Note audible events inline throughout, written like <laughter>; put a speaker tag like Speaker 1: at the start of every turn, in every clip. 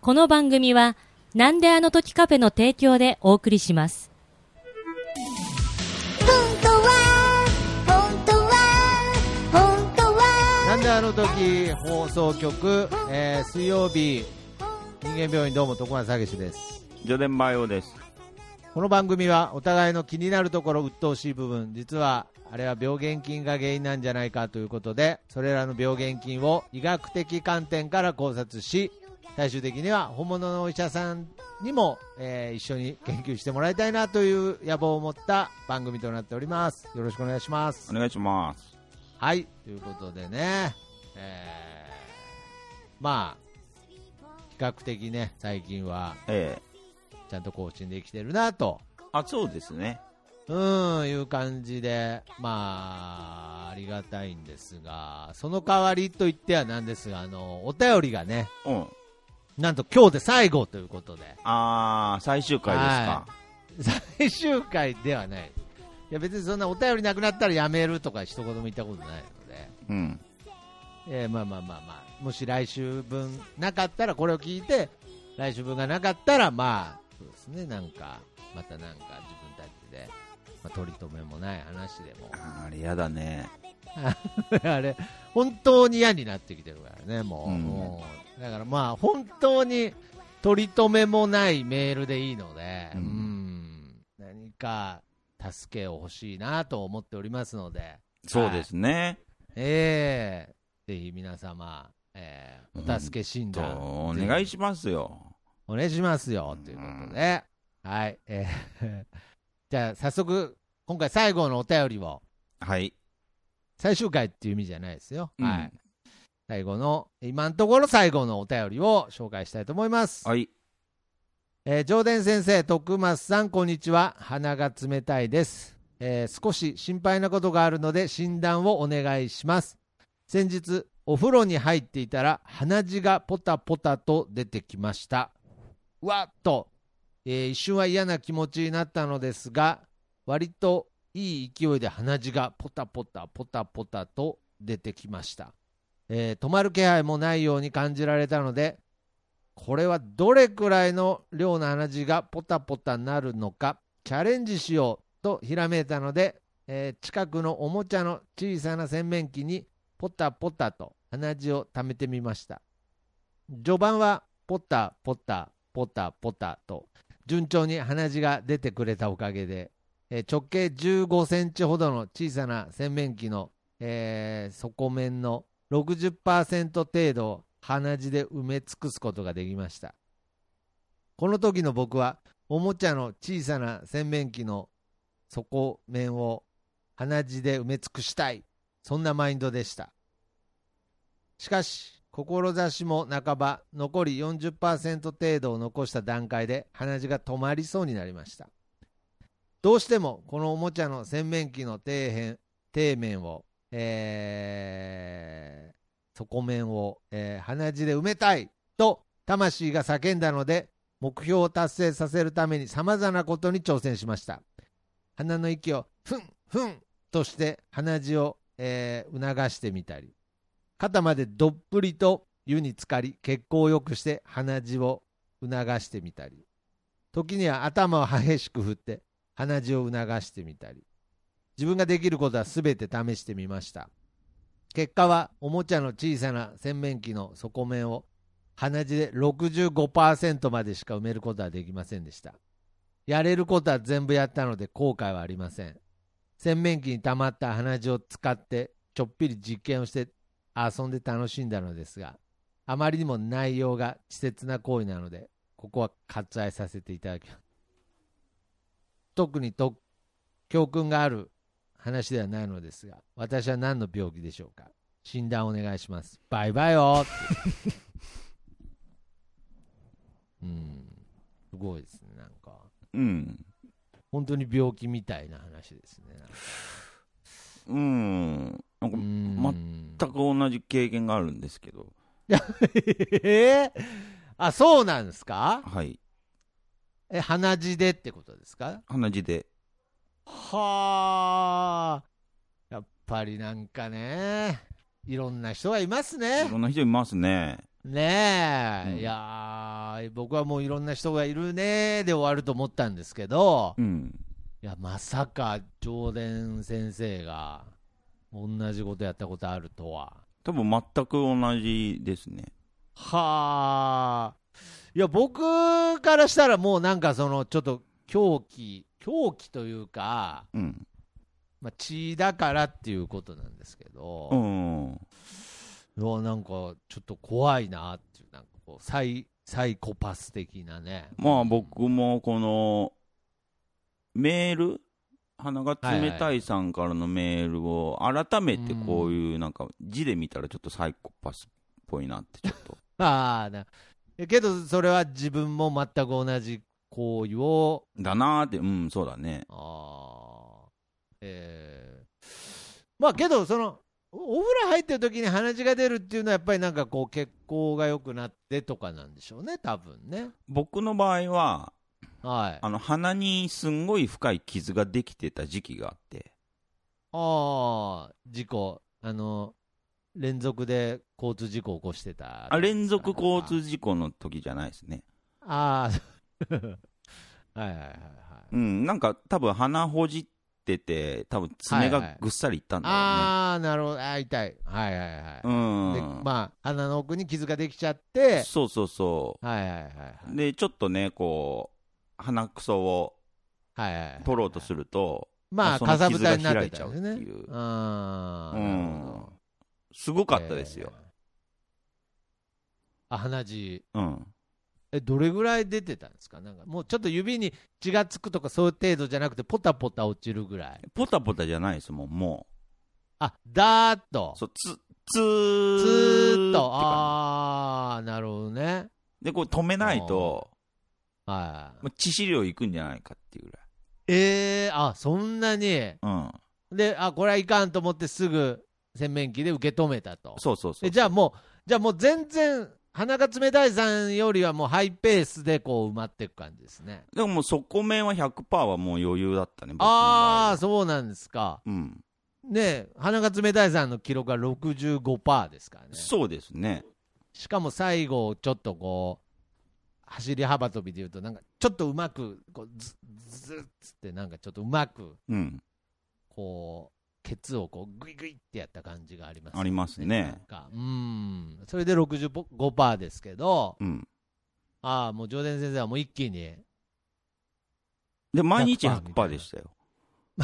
Speaker 1: この番組は、なんであの時カフェの提供でお送りします。
Speaker 2: 本当は本当は本当は
Speaker 3: なんであの時放送局、えー水曜日人間病院どうも徳丸さげしです
Speaker 4: ジョデンバイオです。
Speaker 3: この番組はお互いの気になるところ鬱陶しい部分実はあれは病原菌が原因なんじゃないかということでそれらの病原菌を医学的観点から考察し最終的には本物のお医者さんにも、えー一緒に研究してもらいたいなという野望を持った番組となっておりますよろしくお願いします
Speaker 4: お願いします。
Speaker 3: はい、ということでね、えー、まあ、比較的ね、最近は
Speaker 4: え
Speaker 3: ちゃんと更新できてるなと、
Speaker 4: えあ、そうですね。
Speaker 3: うん、いう感じで、まあ、ありがたいんですが、その代わりと言ってはなんですが、あの、お便りがね、
Speaker 4: うん。
Speaker 3: なんと今日で最後ということで、
Speaker 4: あー、最終回ですか。
Speaker 3: 最終回ではない。いや別にそんなお便りなくなったらやめるとか一言も言ったことないので、
Speaker 4: うん。
Speaker 3: えーまあまあまあまあ、もし来週分なかったら、これを聞いて、来週分がなかったら、まあ、そうですね、なんか、またなんか自分たちで、まあ、取り留めもない話でも、 <laughs>
Speaker 4: あれ、やだね。
Speaker 3: あれ、本当に嫌になってきてるからね、もう。
Speaker 4: うん
Speaker 3: もうだからまあ、本当に取り留めもないメールでいいので、う
Speaker 4: うん
Speaker 3: ん、何か助けを欲しいなと思っておりますので。
Speaker 4: そうですね。
Speaker 3: ええぜひ皆様、えーお助け診
Speaker 4: と
Speaker 3: 断、
Speaker 4: お願いしますよ。
Speaker 3: お願いしますよということで、はい、えー <laughs> じゃあ早速、今回最後のお便りを、
Speaker 4: はい。
Speaker 3: 最終回っていう意味じゃないですよ、
Speaker 4: うん
Speaker 3: はい、最後の、今のところ最後のお便りを紹介したいと思います。
Speaker 4: はい。
Speaker 3: えー、上田先生、徳松さん、こんにちは。鼻が冷たいです、えー少し心配なことがあるので診断をお願いします。先日、お風呂に入っていたら鼻血がポタポタと出てきました。うわっと、えー一瞬は嫌な気持ちになったのですが、割といい勢いで鼻血がポタポタポタポタと出てきました。えー止まる気配もないように感じられたので、これはどれくらいの量の鼻血がポタポタなるのかチャレンジしようとひらめいたので、えー近くのおもちゃの小さな洗面器にポタポタと鼻血を溜めてみました序盤はポタポタポタポタと順調に鼻血が出てくれたおかげで、えー直径1 5センチほどの小さな洗面器の、えー底面の60%程度を鼻血で埋め尽くすことができましたこの時の僕はおもちゃの小さな洗面器の底面を鼻血で埋め尽くしたいそんなマインドでしたしかし志も半ば残り40%程度を残した段階で鼻血が止まりそうになりましたどうしてもこのおもちゃの洗面器の底辺底面を、えー底面を、えー鼻血で埋めたいと魂が叫んだので目標を達成させるためにさまざまなことに挑戦しました鼻の息をふんふんとして鼻血を、えー促してみたり肩までどっぷりと湯に浸かり血行を良くして鼻血を促してみたり時には頭を激しく振って鼻血を促してみたり自分ができることは全て試してみました結果はおもちゃの小さな洗面器の底面を鼻血で65%までしか埋めることはできませんでしたやれることは全部やったので後悔はありません洗面器に溜まった鼻血を使ってちょっぴり実験をして遊んで楽しんだのですがあまりにも内容が稚拙な行為なのでここは割愛させていただきます特にと教訓がある話ではないのですが私は何の病気でしょうか診断お願いしますバイバイよ <laughs> うんすごいですねなんか
Speaker 4: うん。
Speaker 3: 本当に病気みたいな話ですね
Speaker 4: うん。なんか、
Speaker 3: 全
Speaker 4: 全く同じ経験があるんですけど。
Speaker 3: <laughs> えー、あそうなんですか
Speaker 4: はい。
Speaker 3: え鼻血でってことですか
Speaker 4: 鼻血で。
Speaker 3: はあやっぱりなんかねいろんな人がいますね
Speaker 4: いろんな人いますね。
Speaker 3: ねえ、
Speaker 4: うん
Speaker 3: いやーはい、僕はもういろんな人がいるねーで終わると思ったんですけど、
Speaker 4: うん。
Speaker 3: いや、まさか、上田先生が、同じことやったことあるとは。
Speaker 4: 多分全く同じですね。
Speaker 3: はあ。いや、僕からしたらもうなんかその、ちょっと狂気、狂気というか、
Speaker 4: うん。
Speaker 3: まあ、血だからっていうことなんですけ
Speaker 4: う
Speaker 3: ど、
Speaker 4: ん。
Speaker 3: いや、なんかちょっと怖いなっていう、なんかこう、サイ、サイコパス的なね。
Speaker 4: まあ僕もこのメール鼻が冷たいさんからのメールを改めてこういうなんか字で見たらちょっとサイコパスっぽいなってちょっと
Speaker 3: ああ、なえけど、それは自分も全く同じ行為を、
Speaker 4: だなーってうんそうだね
Speaker 3: ああ、えーまあけど、その、おお風呂入ってる時に鼻血が出るっていうのは、やっぱりなんかこう、血行が良くなってとかなんでしょうね、多分ね。
Speaker 4: 僕の場合は
Speaker 3: はい。あ
Speaker 4: あの鼻にすんごい深い傷ができてた時期があって
Speaker 3: あー、事故、あの、連続で交通事故を起こしてた。
Speaker 4: あ連続交通事故の時じゃないですね
Speaker 3: ああ、 <laughs> はいはいはいはい。
Speaker 4: うんなんか多分鼻ほじってて多分爪がぐっさりいったんだろうね、
Speaker 3: ああ、なるほど。あー痛い。はいはいはい。で
Speaker 4: うん
Speaker 3: まあ、鼻の奥に傷ができちゃって、
Speaker 4: そうそうそう
Speaker 3: はいはいはいはい。
Speaker 4: で、ちょっとね、こう、鼻くそを
Speaker 3: はいはいはい、
Speaker 4: 取ろうとすると、
Speaker 3: まあ、
Speaker 4: そ
Speaker 3: か
Speaker 4: の
Speaker 3: さぶ
Speaker 4: 傷
Speaker 3: た
Speaker 4: が
Speaker 3: になっ
Speaker 4: 開
Speaker 3: て
Speaker 4: いち
Speaker 3: た
Speaker 4: ゃ
Speaker 3: ん
Speaker 4: う
Speaker 3: で
Speaker 4: っ
Speaker 3: す
Speaker 4: て
Speaker 3: ね。
Speaker 4: いう。
Speaker 3: あ
Speaker 4: う
Speaker 3: ーなるほ
Speaker 4: ん
Speaker 3: ど。
Speaker 4: すごかったですよ。
Speaker 3: えーあ、鼻血。
Speaker 4: うん。
Speaker 3: え、どれぐらい出てたんですかなんか、もうちょっと指に血がつくとかそういう程度じゃなくて、ポタポタ落ちるぐらい。
Speaker 4: ポタポタじゃないですもん、も
Speaker 3: あ、だーっと
Speaker 4: う。。そう、つ、つー
Speaker 3: ずーっと。
Speaker 4: って感じ
Speaker 3: あー、なるほどね。
Speaker 4: で、こう止めないと、
Speaker 3: はい。
Speaker 4: まあ致死量いくんじゃないかっていうぐ
Speaker 3: えー、あ、そんなに。
Speaker 4: らい。うん。
Speaker 3: で、あ、これはいかんと思ってすぐ洗面器で受け止めたと。
Speaker 4: そうそうそう。
Speaker 3: えじゃあもう、じゃあもう全然、鼻が冷たいさんよりはもうハイペースでこう埋まっていく感じですね。
Speaker 4: でももう底面は100%はもう余裕だったね、僕の場合は
Speaker 3: ああ、そうなんですか。
Speaker 4: うん。
Speaker 3: ねえ鼻が冷たいさんの記録は65%ですからね。
Speaker 4: そうですね。
Speaker 3: しかも最後、ちょっとこう、走り幅跳びでいうと、なんかちょっとうまく、こうずずっつって、なんかちょっとうまく、
Speaker 4: うん。
Speaker 3: こう、ケツをこうグイグイってやった感じがあります、
Speaker 4: あります
Speaker 3: な
Speaker 4: ね
Speaker 3: ん。かうん。それで65%ですけど、
Speaker 4: うん。
Speaker 3: ああ、もう上田先生はもう一気に。 <laughs>
Speaker 4: で、毎日
Speaker 3: 100%
Speaker 4: 100%でしたよ。
Speaker 3: い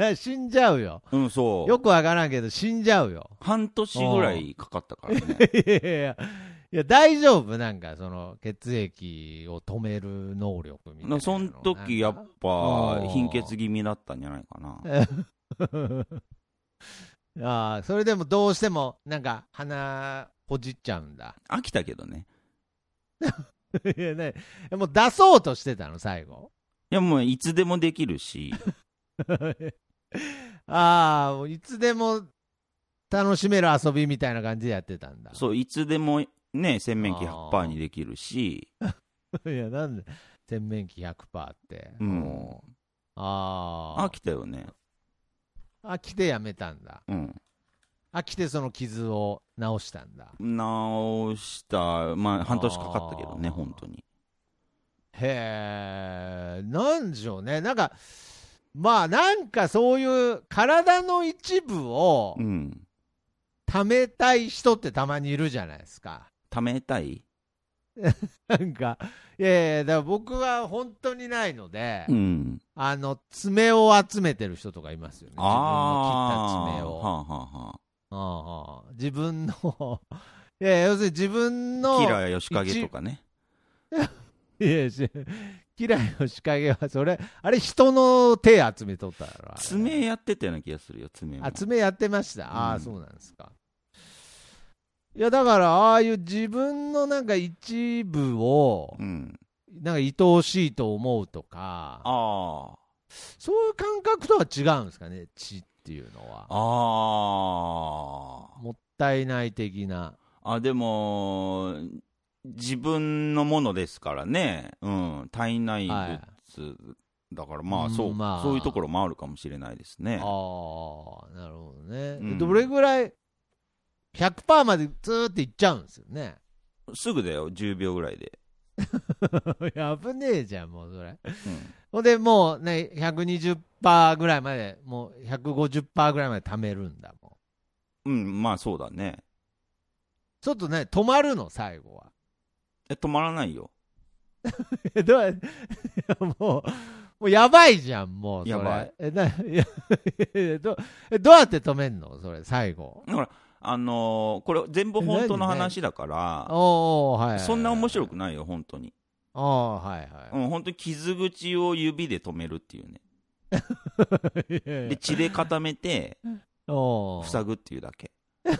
Speaker 3: や死んじゃうよ。
Speaker 4: うん、そう。
Speaker 3: よくわからんけど、死んじゃうよ。
Speaker 4: 半年ぐらいかかったからね。
Speaker 3: いやいやいや、いや大丈夫、なんか、その、血液を止める能力みたいな
Speaker 4: な
Speaker 3: の。
Speaker 4: その時やっぱ貧血気味だったんじゃないかな。
Speaker 3: なんか。 <laughs> ああ、それでもどうしても、なんか、鼻、ほじっちゃうんだ。 <laughs>
Speaker 4: 飽きたけどね。
Speaker 3: いやね、もう出そうとしてたの、最後。
Speaker 4: いやもういつでもでき
Speaker 3: <laughs>
Speaker 4: るし、
Speaker 3: ああ、もういつでも楽しめる遊びみたいな感じでやってたんだ。
Speaker 4: そう、いつでもね、洗面器
Speaker 3: あー
Speaker 4: 100%にできるし、
Speaker 3: <laughs> いや、なんで、洗面器100%って。
Speaker 4: うん。
Speaker 3: あ
Speaker 4: 飽きたよね。
Speaker 3: あ。飽きてやめたんだ。
Speaker 4: うん。
Speaker 3: 飽きてその傷を直したんだ。
Speaker 4: 直した、まあ半年かかったけどね、
Speaker 3: あー
Speaker 4: 本当に。
Speaker 3: へえ、なんでしょうね。なんか、まあなんかそういう体の一部を
Speaker 4: うん。
Speaker 3: 貯めたい人ってたまにいるじゃないですか。
Speaker 4: 貯めたい
Speaker 3: なんか、いやいや、だから僕は本当にないので、
Speaker 4: うん。
Speaker 3: あの、爪を集めてる人とかいますよね。自分の切った
Speaker 4: ああー、
Speaker 3: 爪を。
Speaker 4: はあはあは
Speaker 3: ああ自分の <laughs> いや要するに自分の
Speaker 4: あ。キラー吉影とかね。
Speaker 3: いやしキラヨシカゲはそれあれ人の手集めとったやろあれ
Speaker 4: 爪やってたような気がするよ、爪も
Speaker 3: あ爪やってましたああ、
Speaker 4: うん
Speaker 3: そうなんですかいやだからああいう自分のなんか一部を
Speaker 4: うん。
Speaker 3: なんか愛おしいと思うとか
Speaker 4: ああ。
Speaker 3: そういう感覚とは違うんですかね血っていうのは
Speaker 4: あ
Speaker 3: もったいない的な
Speaker 4: あ。あ、でも、自分のものですからね。うん。体内物だから、ま
Speaker 3: う
Speaker 4: あ、
Speaker 3: ん
Speaker 4: そう、
Speaker 3: まあ
Speaker 4: そういうところもあるかもしれないですね。
Speaker 3: ああ、なるほどね。
Speaker 4: うん
Speaker 3: どれぐらい、100%までずーっていっちゃうんですよね。
Speaker 4: すぐだよ、10秒ぐらいで。
Speaker 3: い <laughs> や危ねえじゃん、もうそれ。ほんで、もうね、120%ぐらいまで、もう150%ぐらいまで貯めるんだもん。
Speaker 4: うん、うん、まあそうだね。
Speaker 3: ちょっとね、止まるの、最後は。
Speaker 4: え、止まらないよ。
Speaker 3: え <laughs> どういや <laughs> もう、もうやばいじゃん、もう、それ。
Speaker 4: やばい
Speaker 3: え、な、い <laughs> や、いやどえどうやって止めんのそれ、最後。
Speaker 4: だから、あのーこれ全部本当の話だから、
Speaker 3: おおはい、はい。
Speaker 4: そんな面白く
Speaker 3: い。
Speaker 4: ないよ、本当に。
Speaker 3: ああ、はいは
Speaker 4: うん、本当に傷口を指で止めるっていうね。
Speaker 3: い。いやいや
Speaker 4: で、血で固めて、
Speaker 3: おー
Speaker 4: 塞ぐっていうだけ。
Speaker 3: い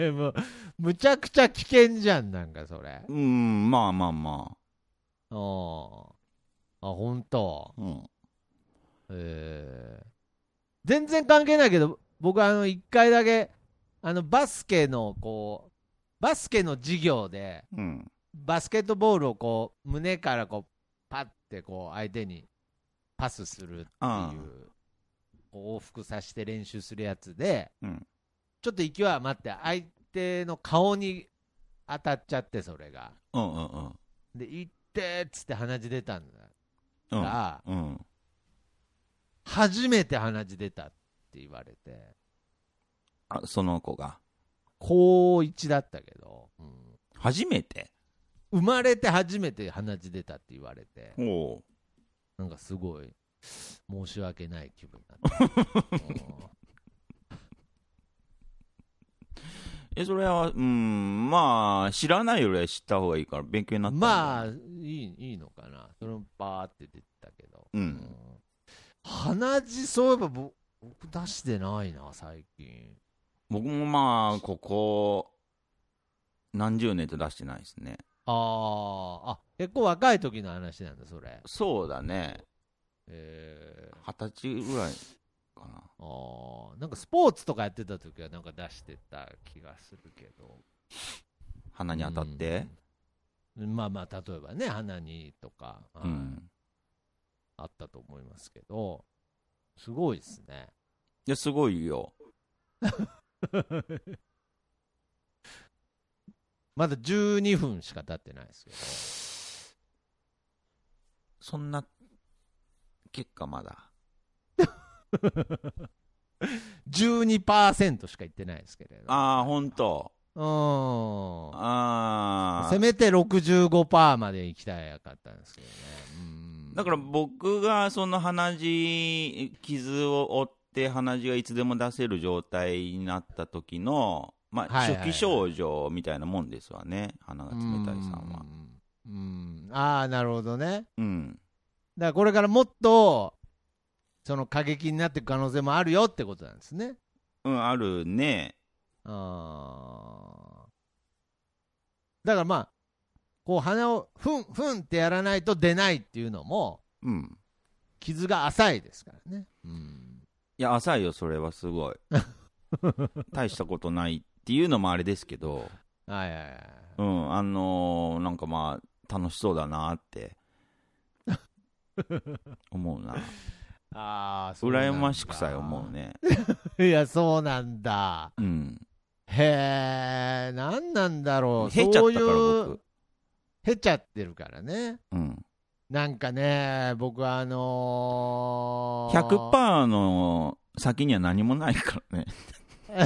Speaker 3: や <laughs> もうむちゃくちゃ危険じゃん、なんかそれ。
Speaker 4: うん、まあまあま
Speaker 3: おおー。あ、ほんと。
Speaker 4: あ。うん。
Speaker 3: えー全然関係ないけど、僕、あの、一回だけ、あの、バスケの、こう、バスケの授業で、
Speaker 4: うん。
Speaker 3: バスケットボールをこう胸からこうパッてこう相手にパスするっていう
Speaker 4: ああ
Speaker 3: こう往復させて練習するやつで、
Speaker 4: うん
Speaker 3: ちょっと勢い余って相手の顔に当たっちゃってそれが
Speaker 4: うんうんうん。
Speaker 3: で「いって」っつって鼻血出たんだ
Speaker 4: う
Speaker 3: か
Speaker 4: ん。
Speaker 3: ら、
Speaker 4: うん。
Speaker 3: 初めて鼻血出たって言われて
Speaker 4: あその子が。
Speaker 3: 高1だったけど、うん
Speaker 4: 初めて
Speaker 3: 生まれて初めて鼻血出たって言われて。
Speaker 4: おう
Speaker 3: なんかすごい申し訳ない気分になって
Speaker 4: <laughs>
Speaker 3: る
Speaker 4: え、それは、うん、まあ、知らないよりは知った方がいいから、勉強になった。
Speaker 3: まあ
Speaker 4: あ。
Speaker 3: いいいいのかなそれもバーって出てたけど、
Speaker 4: うん
Speaker 3: 鼻血そういえばぼ僕出してないな最近
Speaker 4: 僕もまあ、ここ、何十年と出してないですね。
Speaker 3: あーあ結構若い時の話なんだそれ
Speaker 4: そうだね。
Speaker 3: えー、
Speaker 4: 二十歳ぐらいかな。
Speaker 3: あーなんかスポーツとかやってた時はなんか出してた気がするけど
Speaker 4: 鼻に当たって。
Speaker 3: うんまあまあ例えばね鼻にとか、
Speaker 4: う
Speaker 3: はい
Speaker 4: ん。
Speaker 3: あったと思いますけど、すごいですね。
Speaker 4: いや、すごいよ。
Speaker 3: まだ12分しか経ってないですけど、
Speaker 4: そんな、結果まだ。
Speaker 3: 12%しかいってないですけれど。
Speaker 4: ああ、ほんと。
Speaker 3: うーん。
Speaker 4: あ
Speaker 3: せ
Speaker 4: あ。
Speaker 3: めて65%まで行きたいかったんですけどね。うん
Speaker 4: だから僕がその鼻血、傷を負って鼻血がいつでも出せる状態になった時の、まあ、
Speaker 3: はいはいはい
Speaker 4: 初期症状みたいなもんですわね。鼻が冷たいさんは。。
Speaker 3: うん。うんああ、なるほどね。
Speaker 4: うん。
Speaker 3: だからこれからもっと、その過激になっていく可能性もあるよってことなんですね。
Speaker 4: うん、あるね。
Speaker 3: あーだからまあ、こう鼻をふんふんってやらないと出ないっていうのも、
Speaker 4: うん。
Speaker 3: 傷が浅いですからね。うん。
Speaker 4: いや、浅いよ、それはす
Speaker 3: <laughs>
Speaker 4: ごい。大したことないっていうのもあれですけど、
Speaker 3: はいはいはい。
Speaker 4: うん、あのーなんかまあ、楽しそうだ
Speaker 3: <laughs>
Speaker 4: なって、思うな。
Speaker 3: ああ、
Speaker 4: 羨ましくさえ思うね。
Speaker 3: ね。いや、そうなんだ。
Speaker 4: うん。
Speaker 3: へえ、なんなんだろう。
Speaker 4: へっちゃったか
Speaker 3: そ
Speaker 4: ら、
Speaker 3: ういう
Speaker 4: 僕。
Speaker 3: へっちゃってるからね。
Speaker 4: うん。
Speaker 3: なんかね、僕はあのー、
Speaker 4: 100%の先には何もないからね。
Speaker 3: <laughs>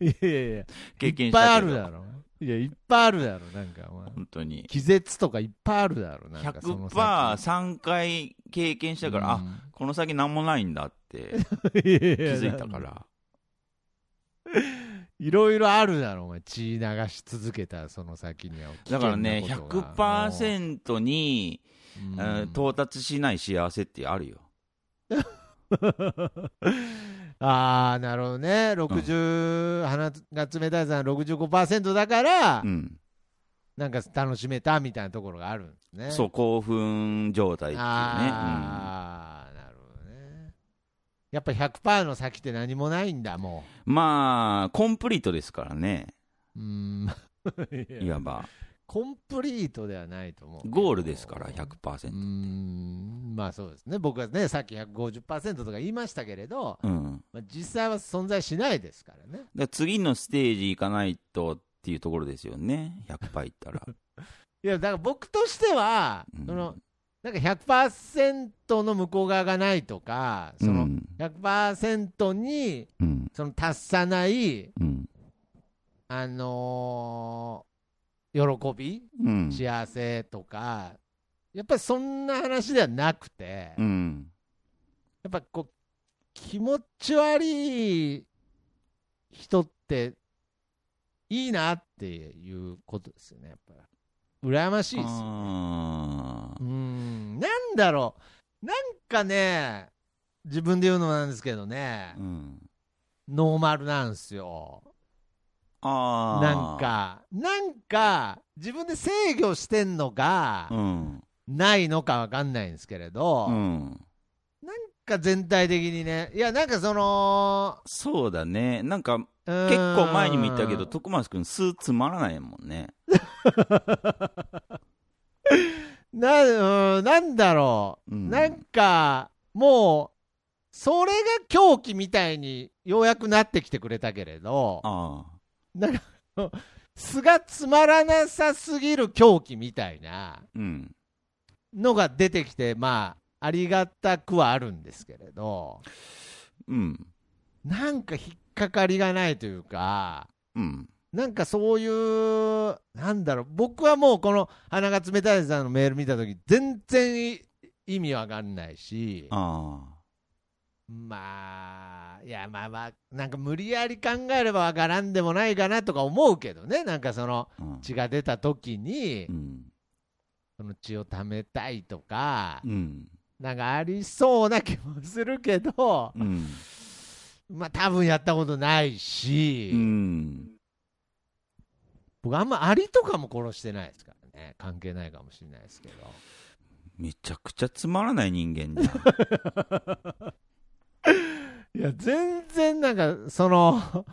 Speaker 3: いやいやいや、
Speaker 4: 経験
Speaker 3: いっ
Speaker 4: し
Speaker 3: ぱい
Speaker 4: た
Speaker 3: あ
Speaker 4: けど。
Speaker 3: るだろ。いや、いっぱいあるだろ、なんか。お前
Speaker 4: 本当に。
Speaker 3: 気絶とかいっぱいあるだろうな
Speaker 4: 100%3 回経験したから、あ、この先何もないん
Speaker 3: <laughs>
Speaker 4: だって
Speaker 3: 気
Speaker 4: 気づ
Speaker 3: づ
Speaker 4: いたから。
Speaker 3: いろいろあるだろうお前血流し続けたらその先には
Speaker 4: だからね、
Speaker 3: 危険なことが
Speaker 4: 100%に、
Speaker 3: うん
Speaker 4: うん到達しない幸せってあるよ。
Speaker 3: ああなるほどね60、鼻が冷たいさん65%だから、
Speaker 4: うん。
Speaker 3: なんか楽しめたみたいなところがあるんですね
Speaker 4: そう、興奮状態っていうね。うん
Speaker 3: ああ、なるほどねやっぱ100%の先って何もないんだも
Speaker 4: まあ、コンプリートですからね。
Speaker 3: ううん
Speaker 4: いわば。
Speaker 3: コンプリートではないと思うけど。
Speaker 4: ゴールですから、
Speaker 3: うー
Speaker 4: 100%。
Speaker 3: ん、まあそうですね。僕はね、さっき150%とか言いましたけれど、
Speaker 4: うん。
Speaker 3: まあ、実際は存在しないですからね。
Speaker 4: だから次のステージ行かないとってっていうところですよね。100%言ったら。
Speaker 3: いや、だから僕としては、
Speaker 4: うん
Speaker 3: そのなんか100%の向こう側がないとか、 <laughs> そうの
Speaker 4: ん
Speaker 3: 100%に
Speaker 4: うん。
Speaker 3: その達さない、
Speaker 4: うん。
Speaker 3: あのー喜び、
Speaker 4: うん。
Speaker 3: 幸せとか、やっぱりそんな話ではなくて、
Speaker 4: う
Speaker 3: や
Speaker 4: ん。
Speaker 3: っぱこう、気持ち悪い人っていいなっていうことですよね、やっぱり。羨ましいですよね。
Speaker 4: あ
Speaker 3: うー
Speaker 4: ー
Speaker 3: ん、なんだろう。なんかね、自分で言うのもなんですけどね
Speaker 4: う、ん。
Speaker 3: ノーマルなんですよ。
Speaker 4: あー
Speaker 3: なん。か、なんか、自分で制御してんのか
Speaker 4: う、ん。
Speaker 3: ないのかわかんないんですけれど、
Speaker 4: う
Speaker 3: なん
Speaker 4: ん。
Speaker 3: か全体的にね、いや、なんかその、
Speaker 4: そうだね。なんか、
Speaker 3: 結
Speaker 4: 結構前にも言ったけど、徳松くん、スーつまらないもんね。
Speaker 3: な、うーん、なんだろう、
Speaker 4: うん
Speaker 3: なんか、もう、それが狂気みたいにようやくなってきてくれたけれど、
Speaker 4: ああ。
Speaker 3: なんか、素がつまらなさすぎる狂気みたいな
Speaker 4: うん。
Speaker 3: のが出てきて、まあ、ありがたくはあるんですけれど、
Speaker 4: うん。
Speaker 3: なんか引っかかりがないというか、
Speaker 4: うん。
Speaker 3: なんかそういう、なんだろう、僕はもうこの鼻が冷たいさんのメール見たとき、全然い意味わかんないし、
Speaker 4: あ
Speaker 3: まあ、いや、まあまあ、なんか無理やり考えればわからんでもないかなとか思うけどね、なんかその
Speaker 4: あ。うん
Speaker 3: 血が出たときに、
Speaker 4: うん。
Speaker 3: その血を貯めたいとか、
Speaker 4: うん。
Speaker 3: なんかありそうな気もするけど、
Speaker 4: うん。
Speaker 3: まあ多分やったことないし、
Speaker 4: うん。
Speaker 3: 僕あんまアリとかも殺してないですからね、関係ないかもしれないですけど。
Speaker 4: めちゃくちゃつまらない人間
Speaker 3: <laughs>
Speaker 4: じゃん。
Speaker 3: いや、全然なんか、その、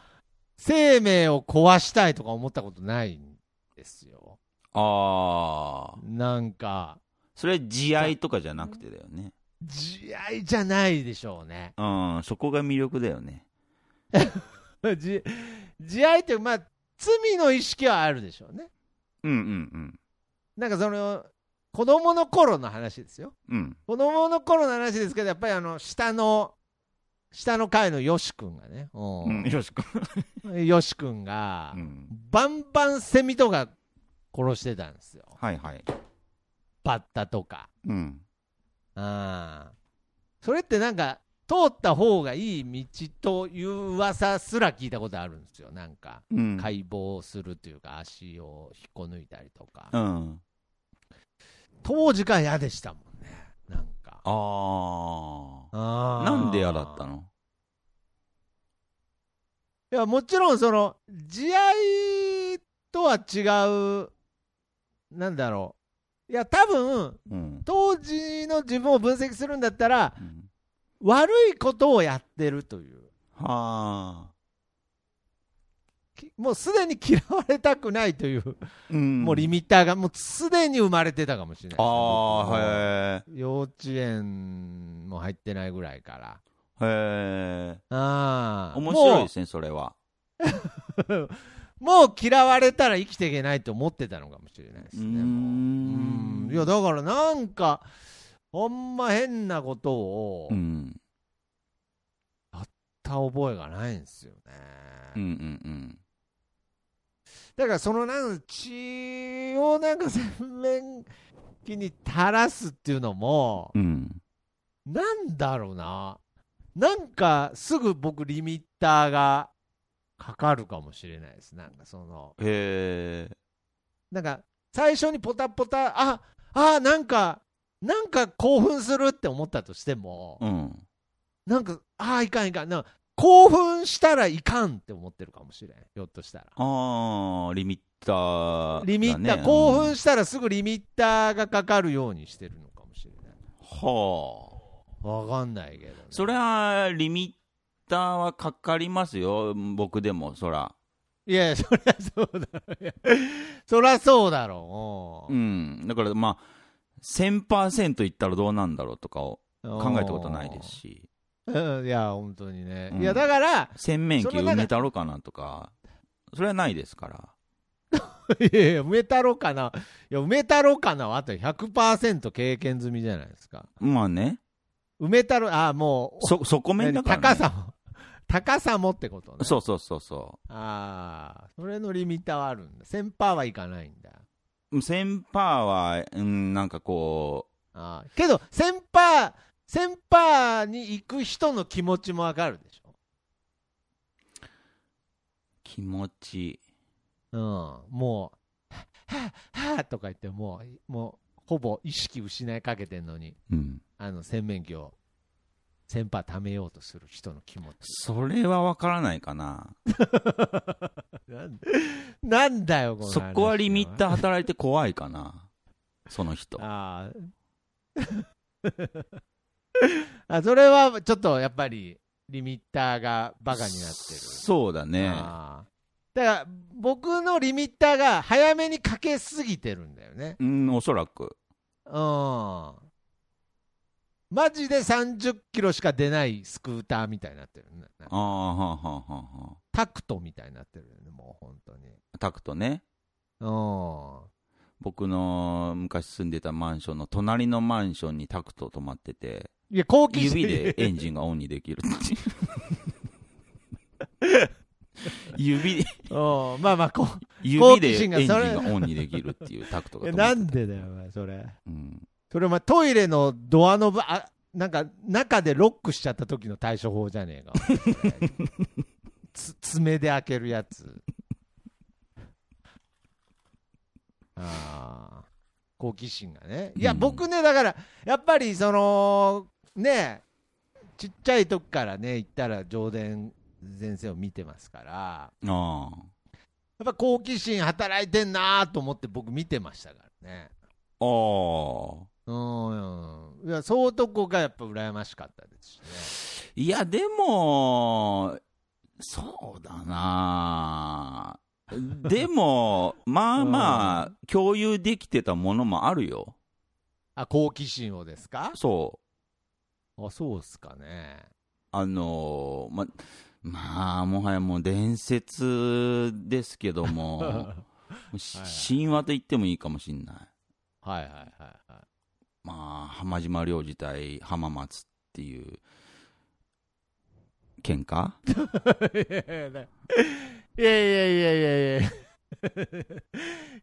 Speaker 3: 生命を壊したいとか思ったことないんですよ。
Speaker 4: ああ。
Speaker 3: なんか、
Speaker 4: それは慈愛とかじゃなくてだよね。
Speaker 3: 慈愛じゃないでしょう <laughs> ね。
Speaker 4: うん。そこが魅力だよね。
Speaker 3: 慈慈愛って、まあ、罪の意識はあるでしょうね。
Speaker 4: うんうん
Speaker 3: なんかその、子供の頃の話ですよ。
Speaker 4: うん。うん。
Speaker 3: 子供の頃の話ですけど、やっぱりあの、下の、下の階のよし君がね、う
Speaker 4: うん、よろしく。
Speaker 3: ん、よし君が
Speaker 4: う、ん。
Speaker 3: バンバンセミとか殺してたんですよ。
Speaker 4: はいはい。
Speaker 3: バッタとか。
Speaker 4: うん。
Speaker 3: うん。それってなんか、通った方がいい道という噂すら聞いたことあるんですよ。なんか、
Speaker 4: うん。
Speaker 3: 解剖するというか、足を引っこ抜いたりとか。
Speaker 4: うん。
Speaker 3: 当時から嫌でしたもんね。なんか。
Speaker 4: ああ。
Speaker 3: あー
Speaker 4: なんで嫌だったの
Speaker 3: いやもちろんその慈愛とは違うなんだろういや多分
Speaker 4: うん。
Speaker 3: 当時の自分を分析するんだったら
Speaker 4: うん
Speaker 3: 悪いことをやってるという
Speaker 4: はあ。
Speaker 3: きもうすでに嫌われたくないという、
Speaker 4: うん。
Speaker 3: もうリミッターがもうすでに生まれてたかもしれないですね
Speaker 4: ああ
Speaker 3: 僕、も
Speaker 4: へ
Speaker 3: 幼稚園も入ってないぐらいから
Speaker 4: え。へえ。
Speaker 3: ああ
Speaker 4: 面白いですね、それは。
Speaker 3: もうもう嫌われたら生きていけないと思ってたのかもしれないです
Speaker 4: うー
Speaker 3: ねもううん
Speaker 4: ん。
Speaker 3: いやだからなんかあんま変なことを
Speaker 4: うん。
Speaker 3: 言った覚えがないんですよね、
Speaker 4: うんうんうん。
Speaker 3: だからそのなん血をなんか洗面器に垂らすっていうのも
Speaker 4: うん。
Speaker 3: なんだろうななんかすぐ僕リミッターがかかるかもしれないですなんかその
Speaker 4: へえ。
Speaker 3: なんか最初にポタポタああなんかなんか興奮するって思ったとしても、
Speaker 4: うん。
Speaker 3: なんか、ああ、いかんいかん。なんか興奮したらいかんって思ってるかもしれん。ひょっとしたら。
Speaker 4: ああ、リミッターだね。
Speaker 3: リミッター、
Speaker 4: うん
Speaker 3: 興奮したらすぐリミッターがかかるようにしてるのかもしれない。
Speaker 4: はあ。
Speaker 3: わかんないけど、ね。
Speaker 4: それは、リミッターはかかりますよ。僕でも、そら。
Speaker 3: いやいや、そりゃそうだろう。いやそりゃそうだろう。
Speaker 4: う
Speaker 3: うん
Speaker 4: ん。だから、まあ、1000%いったらどうなんだろうとかを考えたことないです。し、
Speaker 3: うんいや、本当にね。
Speaker 4: うん
Speaker 3: いや、だから、
Speaker 4: 洗面器
Speaker 3: その
Speaker 4: 埋
Speaker 3: 中
Speaker 4: めたろかなとか、それはないですから。
Speaker 3: いやいや、梅太郎かな。いや、梅太郎かなはあと100%経験済みじゃないですか。
Speaker 4: まあね。
Speaker 3: 梅太郎、ああ、もう、
Speaker 4: そ、そこ面だから、ね。
Speaker 3: 高さも、高さもってことね。
Speaker 4: そうそうそうそ
Speaker 3: ああ、それのリミッターはあるんだ。1000パーはいかないんだ。
Speaker 4: う。1000パーは、うん、なんかこ
Speaker 3: ああ、けど、1000パー、1000パーに行く人の気持ちもわかるでしょ。
Speaker 4: う、気持ち。
Speaker 3: うん、もう、はぁ、はぁ、はぁとか言って、もう、もう、ほぼ意識失いかけてんのに、
Speaker 4: うん。
Speaker 3: あの、洗面器を、1000パー貯めようとする人の気持ち。
Speaker 4: それはわからないかな。
Speaker 3: なんなんだよ、この話
Speaker 4: そこはリミッター働いて怖いかな。その人。
Speaker 3: ああ <laughs> あそれはちょっとやっぱりリミッターがバカになってる、
Speaker 4: そうだね。
Speaker 3: ああだから僕のリミッターが早めにかけすぎてるんだよね
Speaker 4: うん、おそらく。
Speaker 3: うんマジで30キロしか出ないスクーターみたいになってるね
Speaker 4: ああ、はあ、はあ、はあは
Speaker 3: タクトみたいになってるよねもう本当に
Speaker 4: あ。タクトね。
Speaker 3: うん
Speaker 4: 僕の昔住んでたマンションの隣のマンションにタクト止まってて、
Speaker 3: いや好奇心
Speaker 4: 指でエンジンがオンにできるっていう
Speaker 3: <laughs>
Speaker 4: 指で、
Speaker 3: うんまあまあこ好
Speaker 4: 指
Speaker 3: 奇
Speaker 4: でエ
Speaker 3: 心
Speaker 4: ン
Speaker 3: が
Speaker 4: ジン
Speaker 3: それ
Speaker 4: がオンにできるっていうタクト
Speaker 3: う
Speaker 4: が
Speaker 3: え
Speaker 4: 止
Speaker 3: な
Speaker 4: まって
Speaker 3: ん
Speaker 4: て
Speaker 3: でだよお前それ
Speaker 4: うん、
Speaker 3: それお前トイレのドアノブあなんか中でロックしちゃった時の対処法じゃねえか
Speaker 4: <laughs>
Speaker 3: つ爪で開けるやつああ好奇心がねいや、
Speaker 4: うん
Speaker 3: 僕ねだからやっぱりそのねちっちゃい時からね行ったら上田先生を見てますから
Speaker 4: ああ
Speaker 3: やっぱ好奇心働いてんなーと思って僕見てましたからね
Speaker 4: ああ
Speaker 3: うん、いや、そうとこがやっぱ羨ましかったです
Speaker 4: いや、でも、そうだなでも、まあまあ、共有できてたものもあるよ。
Speaker 3: ね。あ、好奇心をですか
Speaker 4: そう。
Speaker 3: あ、そうっすかね。
Speaker 4: あのーま、まあ、もはやもう伝説ですけど
Speaker 3: <laughs>
Speaker 4: も、
Speaker 3: は
Speaker 4: し
Speaker 3: はい
Speaker 4: 神話と言ってもいいかもしんない。
Speaker 3: いはいはいはい。
Speaker 4: まあ、浜島領事対浜松っていう、喧嘩
Speaker 3: いやいやいやいやいやいやいや。い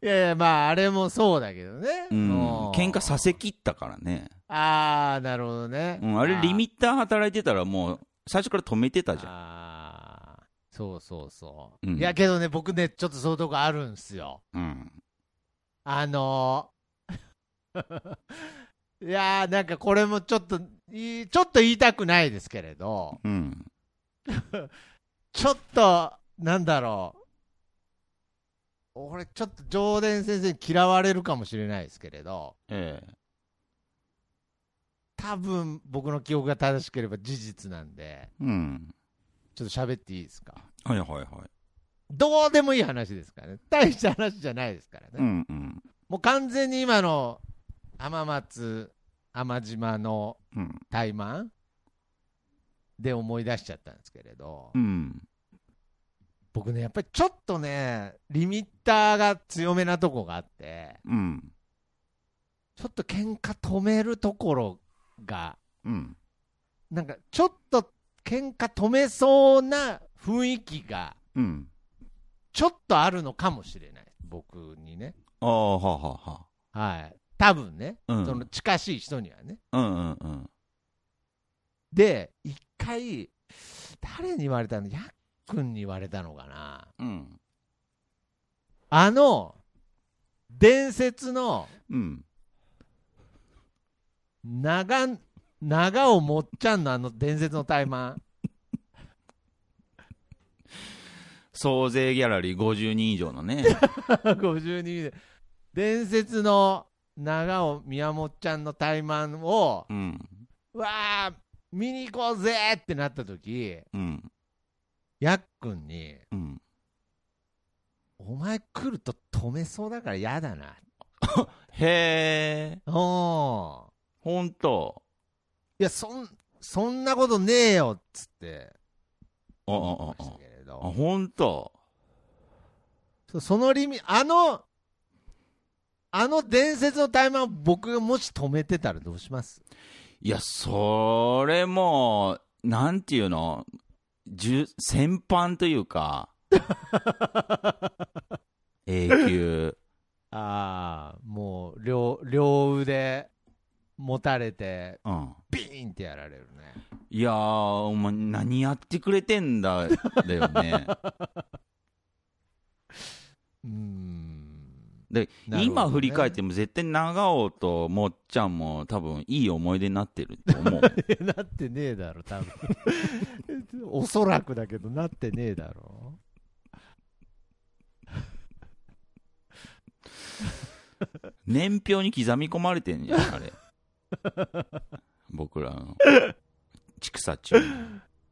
Speaker 3: やいや、まあ、あれもそうだけどね。
Speaker 4: うん。喧嘩させ
Speaker 3: き。
Speaker 4: きったからね。
Speaker 3: ああ、なるほどね。
Speaker 4: うん、あれリ
Speaker 3: ッ
Speaker 4: ミッター働いてたらもう最初から止めてたじゃん。
Speaker 3: ゃん。そうそうそう。
Speaker 4: うん
Speaker 3: いや、けどね、僕ね、ちょっとそういうとこあるんすよ。
Speaker 4: うん。
Speaker 3: あのー <laughs> いやー、なんかこれもちょっといい、ちょっと言いたくないですけれど、
Speaker 4: うん。
Speaker 3: ちょっと、なんだろう、俺、ちょっと上田先生に嫌われるかもしれないですけれど、
Speaker 4: ええ。
Speaker 3: 多分僕の記憶が正しければ事実なんで、
Speaker 4: うん。
Speaker 3: ちょっと喋っていいですか。
Speaker 4: はいはいはい。
Speaker 3: どうでもいい話ですからね、大した話じゃないですからね。
Speaker 4: うんうん。
Speaker 3: もう完全に今の浜松、浜島の
Speaker 4: うん。
Speaker 3: 怠慢で思い出しちゃったんですけれど、
Speaker 4: うん。
Speaker 3: 僕ねやっぱりちょっとねリミッターが強めなとこがあって
Speaker 4: うん。
Speaker 3: ちょっと喧嘩止めるところが
Speaker 4: うん。
Speaker 3: なんかちょっと喧嘩止めそうな雰囲気が
Speaker 4: うん。
Speaker 3: ちょっとあるのかもしれない僕にね
Speaker 4: ああ、はあはあは
Speaker 3: はい多分ね、
Speaker 4: あ。うん。
Speaker 3: その近しい人にはね
Speaker 4: うんうんうん。
Speaker 3: で一回誰に言われたのやっくんに言われたのかな
Speaker 4: うん。
Speaker 3: あの、伝説の
Speaker 4: うん。
Speaker 3: 長、長尾もっちゃんのあの伝説の怠 <laughs> 慢。
Speaker 4: 総勢ギャラリー50人以上の <laughs> ね。
Speaker 3: 52で。伝説の長尾宮本ちゃんの怠慢を、
Speaker 4: うん。
Speaker 3: わあ見に行こうぜってなった時、
Speaker 4: うん。
Speaker 3: やっくんに、
Speaker 4: うん。
Speaker 3: お前来ると止めそうだから嫌だな。
Speaker 4: へえ。
Speaker 3: おー
Speaker 4: ほんと。
Speaker 3: いや、そん、そんなことねえよっつって
Speaker 4: ああ
Speaker 3: 思いま
Speaker 4: あ
Speaker 3: し
Speaker 4: あ
Speaker 3: たけれ
Speaker 4: あ。
Speaker 3: ど。
Speaker 4: ほんと。
Speaker 3: そそのリミあのあの伝説のタイマーを僕がもし止めてたらどうします
Speaker 4: いや、それもう、なんていうの、じゅ先般とい
Speaker 3: <laughs>
Speaker 4: うか、永久。
Speaker 3: ああもう両両腕持たれて
Speaker 4: うん。
Speaker 3: ビーンってやられるね
Speaker 4: いやー、お前、何やってくれてんだ、だよ
Speaker 3: <laughs>
Speaker 4: ね。
Speaker 3: うーん
Speaker 4: で、
Speaker 3: なるほどね
Speaker 4: 今振り返っても、絶対長尾ともっちゃんも、多分いい思い出になってる
Speaker 3: <laughs>
Speaker 4: と思う。
Speaker 3: いやなってねえだろ多 <laughs> 分おそらくだけどなってねえだろ
Speaker 4: 年表に刻み込まれてんじゃん、
Speaker 3: <laughs>
Speaker 4: あれ。僕らの。畜産中。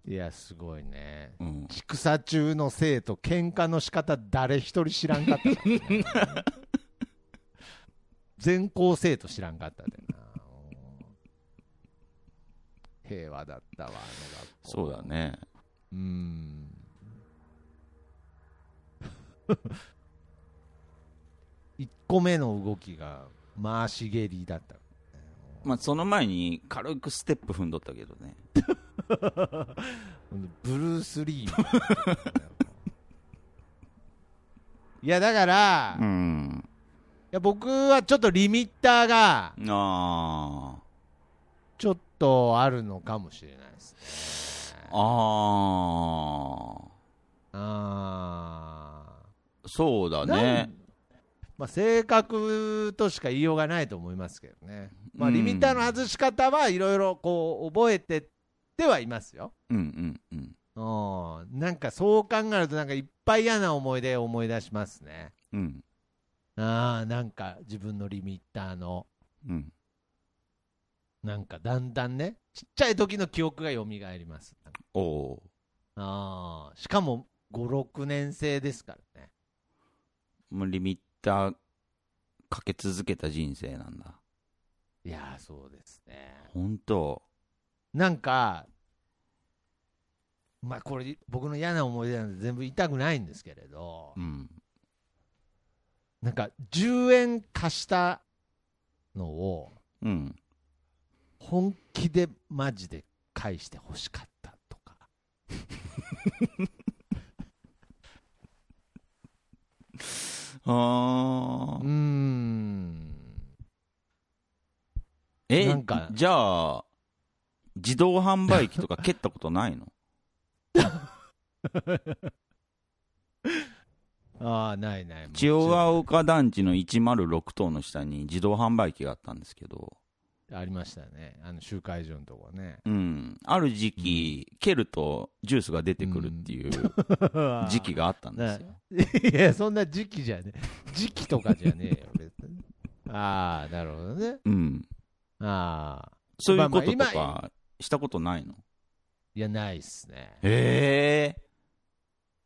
Speaker 3: いやすごいね
Speaker 4: うん。
Speaker 3: 畜産中の生と喧嘩の仕方誰一人知らんかったからね
Speaker 4: <laughs>
Speaker 3: 全校生徒知らんかったでな平和だったわあの学校
Speaker 4: そうだね。
Speaker 3: うーん一個目の動きが回し蹴りだった
Speaker 4: まあ、その前に軽くステップ踏んどったけどね。
Speaker 3: ブルース・リーみたいなことだよ
Speaker 4: <laughs>
Speaker 3: いやだから、
Speaker 4: う
Speaker 3: い
Speaker 4: ん。
Speaker 3: や僕はちょっとリミッターが
Speaker 4: あ
Speaker 3: ちょっとあるのかもしれないです
Speaker 4: あ。あ
Speaker 3: ああ
Speaker 4: あ。そうだ
Speaker 3: な
Speaker 4: ね
Speaker 3: ん。まあ、性格としか言いようがないと思いますけどね、まあ、
Speaker 4: うん
Speaker 3: リミッターの外し方はいろいろこう覚えてってはいますよ、
Speaker 4: うんうんうん。
Speaker 3: うん、なんかそう考えるとなんかいっぱい嫌な思い出を思い出しますね
Speaker 4: うん。
Speaker 3: あーなんか自分のリミッターの
Speaker 4: うん。
Speaker 3: なんかだんだんねちっちゃい時の記憶が蘇りますなんか
Speaker 4: おお
Speaker 3: あーしかも56年生ですからね
Speaker 4: ー。もうリミッターかけ続けた人生なんだ。
Speaker 3: いやーそうですね
Speaker 4: 本当
Speaker 3: なんか、まあ、これ、僕の嫌な思い出なんで、全部言いたくないんですけれど
Speaker 4: う、ん。
Speaker 3: なんか、10円貸したのを、
Speaker 4: うん。
Speaker 3: 本気で、マジで返してほしかったとか。う
Speaker 4: ああ
Speaker 3: ー。ん。
Speaker 4: え
Speaker 3: なんか
Speaker 4: じゃあ、自動販売機とか蹴ったことな
Speaker 3: <laughs>
Speaker 4: いの
Speaker 3: ああ、ないない。
Speaker 4: 千代
Speaker 3: は
Speaker 4: ヶ丘団地の106棟の下に自動販売機があったんですけど、
Speaker 3: ありましたね。あの、集会所のとこはね。
Speaker 4: うん、ある時期、蹴るとジュースが出てくるっていう
Speaker 3: <laughs>
Speaker 4: 時期があったんですよ。
Speaker 3: いや、そんな時期じゃね時期とかじゃねえよ、別に。ああ、なるほどね。
Speaker 4: うん、
Speaker 3: ああ。
Speaker 4: そういうことと
Speaker 3: まあまあ
Speaker 4: かしたことないの
Speaker 3: いや、ないっすね。
Speaker 4: へえ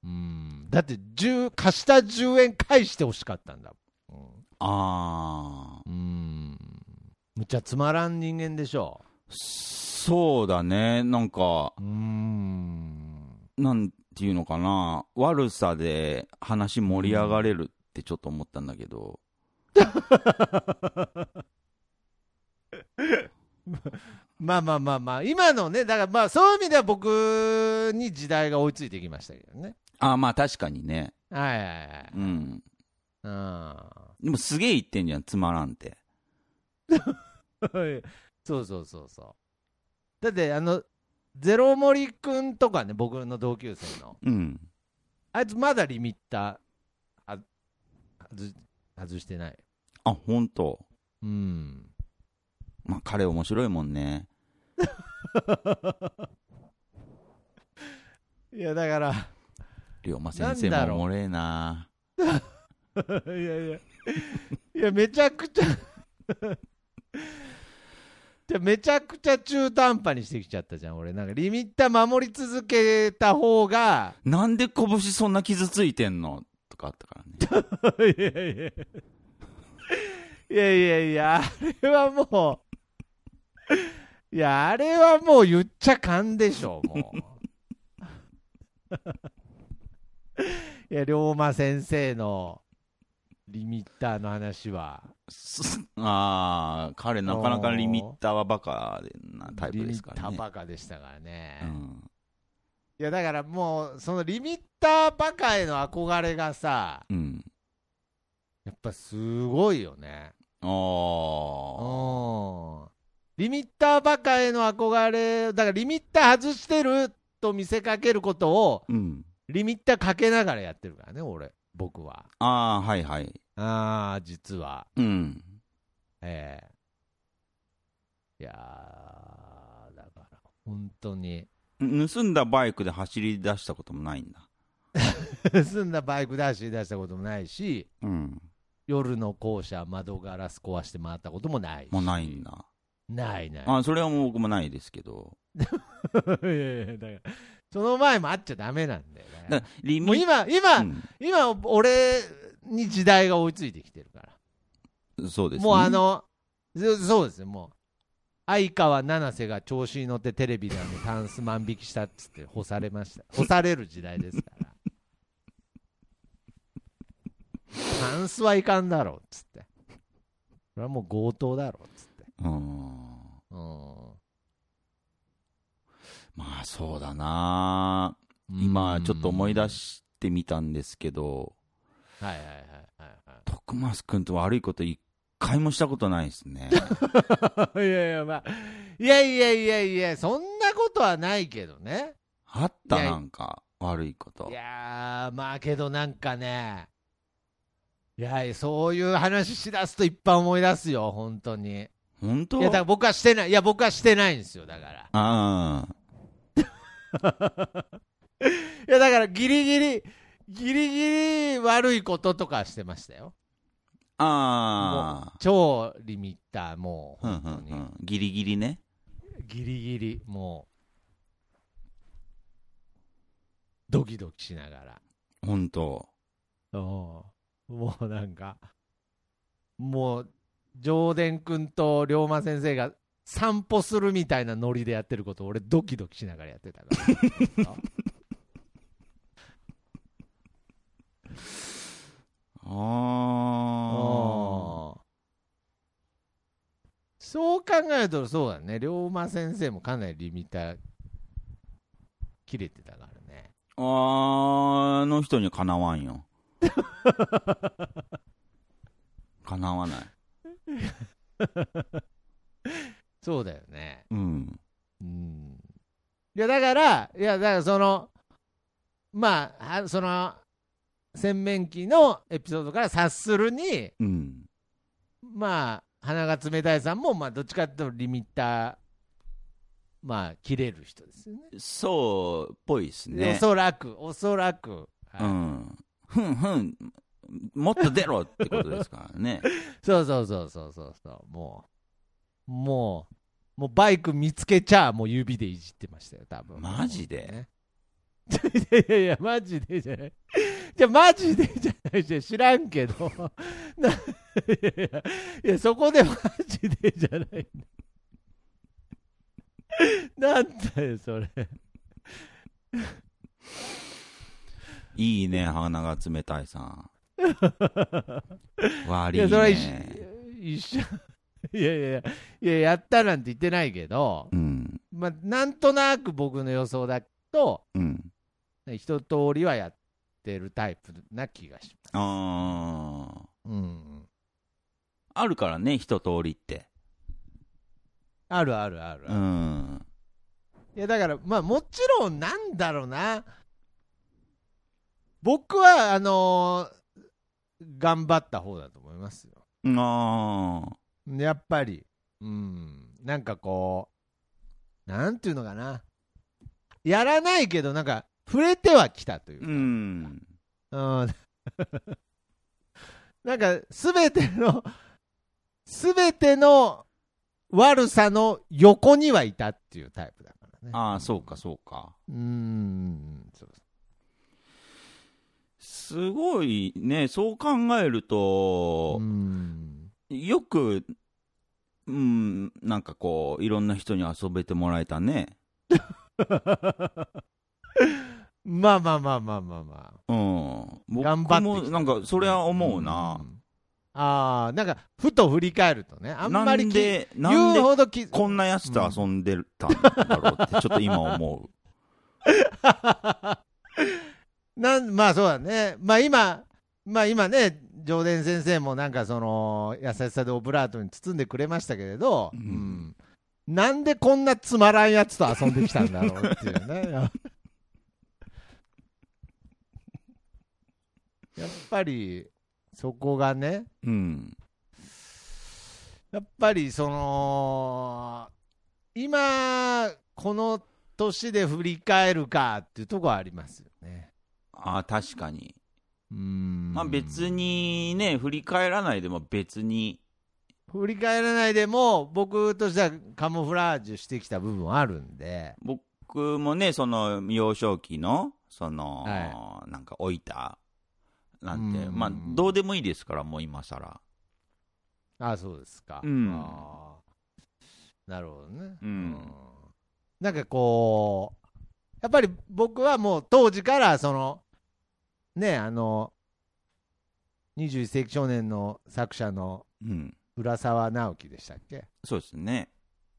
Speaker 3: うんだって10貸した10円返してほしかったんだも
Speaker 4: あー
Speaker 3: ん、うん、むっちゃつまらん人間でしょ
Speaker 4: そうだね、なんか、
Speaker 3: ううん
Speaker 4: なんていうのかな、悪さで話盛り上がれるってちょっと思ったんだけど、
Speaker 3: まあまあまあまあ今のねだからまあそういう意味では僕に時代が追いついてきましたけどね
Speaker 4: ああ、まあ確かにね。
Speaker 3: はいはい
Speaker 4: うん。
Speaker 3: は
Speaker 4: でもすげえ言ってんじゃん、つまらんって。
Speaker 3: い、うん、そうそうそうそうだってあのゼロ森くんとかね僕の同級生の
Speaker 4: うん。
Speaker 3: あいつまだリミッターは外外してない
Speaker 4: あ、ほんと。
Speaker 3: うん
Speaker 4: まあ彼面白いもんね。
Speaker 3: <laughs> いやだから
Speaker 4: 龍馬先生
Speaker 3: なんだろう
Speaker 4: もおもれえな。
Speaker 3: いやいや、いや、めちゃくちゃ <laughs> じゃ、めちゃくちゃ中途半端にしてきちゃったじゃん、俺、なんかリミッター守り続けた方が、
Speaker 4: なんで拳そんな傷ついてんのとかあった <laughs> からね。
Speaker 3: いや <laughs> いや、いやいやいや、あれはもう、いや、あれはもう言っ <laughs> ちゃかんでしょ、もう。や龍馬先生のリミッターの話は
Speaker 4: すああ、彼なかなかリミッターはバカなタイプですからね。
Speaker 3: リミッターバカでしたからね、
Speaker 4: うん
Speaker 3: いやだからもうそのリミッターバカへの憧れがさ
Speaker 4: うん。
Speaker 3: やっぱすごいよね
Speaker 4: ああ。
Speaker 3: うんリミッターバカへの憧れだからリミッター外してると見せかけることを
Speaker 4: うん。
Speaker 3: リミッターかけながらやってるからね俺僕は
Speaker 4: ああ、はいはい。
Speaker 3: ああ実は
Speaker 4: うん。
Speaker 3: ええいやーだから本当
Speaker 4: <laughs>
Speaker 3: に
Speaker 4: 盗んだバイクで走り出したこともないんだ。
Speaker 3: 盗んだバイク出し出したこともないし
Speaker 4: うん。
Speaker 3: 夜の校舎窓ガラス壊して回ったこともないし
Speaker 4: もうないんだ。
Speaker 3: ないない
Speaker 4: あそれはもう僕もないですけど。
Speaker 3: <laughs> いやいやだからその前もあっちゃダメなんだよ
Speaker 4: だ
Speaker 3: ね
Speaker 4: からリミ
Speaker 3: もう今今、
Speaker 4: う
Speaker 3: 今俺に時代が追いついてきてるから、
Speaker 4: ん、そうです、ね。
Speaker 3: もうあ、のそそうですよもう相川七瀬が調子に乗ってテレビであのタンス万引きしたっつって干されま
Speaker 4: <laughs>
Speaker 3: した干される時代ですからタンスはいかんだろうっつってこれはもう強盗だろうっつって
Speaker 4: うん。
Speaker 3: う
Speaker 4: まあそうだな。
Speaker 3: ん
Speaker 4: 今ちょっと思い出
Speaker 3: し
Speaker 4: してみたんですけど、
Speaker 3: はいはいはいはいはい
Speaker 4: 徳増くんと悪いこと一回もしたことないで
Speaker 3: <laughs>
Speaker 4: すね。
Speaker 3: い
Speaker 4: <laughs>
Speaker 3: やいや、まあ、いやいやいやいや、そんなことはないけどね。
Speaker 4: あったなんか、悪いこと
Speaker 3: い。やー、まあけどなんかね、いや、そういう話しだすといっぱい思い出すよ、本当に。いや、
Speaker 4: 本当
Speaker 3: だから僕はしてない、いや、僕はしてないんですよ、だから。
Speaker 4: ああ。
Speaker 3: いや、だからギリギリ、ギリギリ悪いこととかしてましたよ。も
Speaker 4: あ
Speaker 3: う超リミッター、もう、
Speaker 4: あ。うん
Speaker 3: 本
Speaker 4: う
Speaker 3: 当
Speaker 4: んう
Speaker 3: に。
Speaker 4: ん。ギリギリね。
Speaker 3: ギリギリ、もう、ドキドキしながら。
Speaker 4: 本当
Speaker 3: うんもうなんか、もう、上田君と龍馬先生が散歩するみたいなノリでやってることを俺ドキドキしながらやってたから。
Speaker 4: ああ。
Speaker 3: うんそう考えるとそうだね。龍馬先生もかなりリミッター切れてたからね。
Speaker 4: あの人にはかなわん
Speaker 3: <laughs>
Speaker 4: よ。かなわない。
Speaker 3: そうだよね。
Speaker 4: うん。
Speaker 3: うんいやだから、いやだからその、まあ、あその洗面器のエピソードから察するに、
Speaker 4: うん。
Speaker 3: まあ、鼻が冷たいさんも、まあ、どっちかというとリミッター、まあ、切れる人ですよね。
Speaker 4: そう、っぽいです
Speaker 3: お
Speaker 4: ね。
Speaker 3: そらく、おそらく、
Speaker 4: う
Speaker 3: はい
Speaker 4: ん。ふんふん。もっと出ろってことですから
Speaker 3: <laughs>
Speaker 4: ね。
Speaker 3: そうそうそうそうそうそう、もう、もう、もうバイク見つけちゃ、もう指でいじってましたよ、多分
Speaker 4: マジで
Speaker 3: いやいやいや、マジでじゃない。じゃあ、マジでじゃないじゃん知らんけど。 <laughs> ないやいやいや、そこでマジでじゃない <laughs> んだ。なんだよ、それ。
Speaker 4: いいね、鼻が冷たいさ
Speaker 3: <laughs>
Speaker 4: ん。悪
Speaker 3: い
Speaker 4: い
Speaker 3: や、それは一
Speaker 4: ね。
Speaker 3: 一緒。いやいやいや、いや、やったなんて言ってないけど、
Speaker 4: うん。
Speaker 3: まあ、なんとなく僕の予想だと、
Speaker 4: うん。
Speaker 3: 一通りはやってるタイプな気がします。
Speaker 4: あー。
Speaker 3: うん。
Speaker 4: あるからね、一通りって。
Speaker 3: あるあるあるある。
Speaker 4: うん。
Speaker 3: いやだからまあもちろんなんだろうな僕はあのー頑張った方だと思いますよ
Speaker 4: あー。
Speaker 3: やっぱりうんなんかこうなんていうのかなやらないけどなんか触れてはきたという
Speaker 4: う
Speaker 3: か、
Speaker 4: ん。
Speaker 3: うん <laughs> なんか全ての全ての悪さの横にはいたっていうタイプだからね
Speaker 4: ああ、そうか、そうか。
Speaker 3: うーんそう
Speaker 4: すごいね、そう考えると
Speaker 3: う、ん
Speaker 4: よく、うん、なんかこう、いろんな人に遊べてもらえたね。
Speaker 3: まあまあまあまあまあまあ。
Speaker 4: うん。僕
Speaker 3: 頑張って
Speaker 4: も
Speaker 3: きた
Speaker 4: なんか、それは思うな。
Speaker 3: んああ、なんか、ふと振り返るとね、あんまり
Speaker 4: なん
Speaker 3: き
Speaker 4: で、なん
Speaker 3: 言う
Speaker 4: で
Speaker 3: ほどき、
Speaker 4: こんなやつと遊んでたんだろうって、ちょっと今思
Speaker 3: なんまあそうだね、まあ今、まあ今ね、上田先生もなんかその優しさでオブラートに包んでくれましたけれど、
Speaker 4: うん
Speaker 3: うんなんでこんなつまらんやつと遊んできたんだろうっていうね。
Speaker 4: <laughs>
Speaker 3: やっぱりそこがね、
Speaker 4: う。うん。
Speaker 3: やっぱりその今この年で振り返るかっていうところはありますよね。
Speaker 4: ああ、確かに。
Speaker 3: ま
Speaker 4: まあ別にね、振り返らないでも別に、
Speaker 3: 振り返らないでも僕としてはカモフラージュしてきた部分はあるんで
Speaker 4: 僕もね、その幼少期の、その、
Speaker 3: は
Speaker 4: なんか置いた、なんて、
Speaker 3: うん
Speaker 4: まあどうでもいいですから、もう今更。
Speaker 3: ああそうですか、
Speaker 4: うん
Speaker 3: ああなるほどね、
Speaker 4: うん
Speaker 3: なんかこうやっぱり僕はもう当時からそのねあの21世紀少年の作者の
Speaker 4: うん。
Speaker 3: 浦沢直樹でしたっけ、
Speaker 4: そうですね。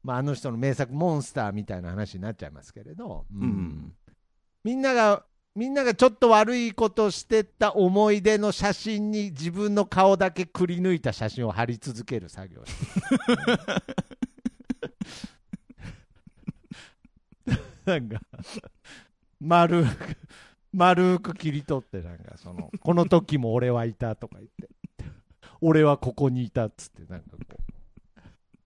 Speaker 3: まあ、あの人の名作「モンスター」みたいな話になっちゃいますけれど、
Speaker 4: うん
Speaker 3: みんながみんながちょっと悪いことしてた思い出の写真に自分の顔だけくり抜いた写真を貼り続ける <laughs> 作業をしてたなんか丸く丸く切り取ってなんかそのこの時も俺はいたとか言って俺はここにいたっつってなんかこう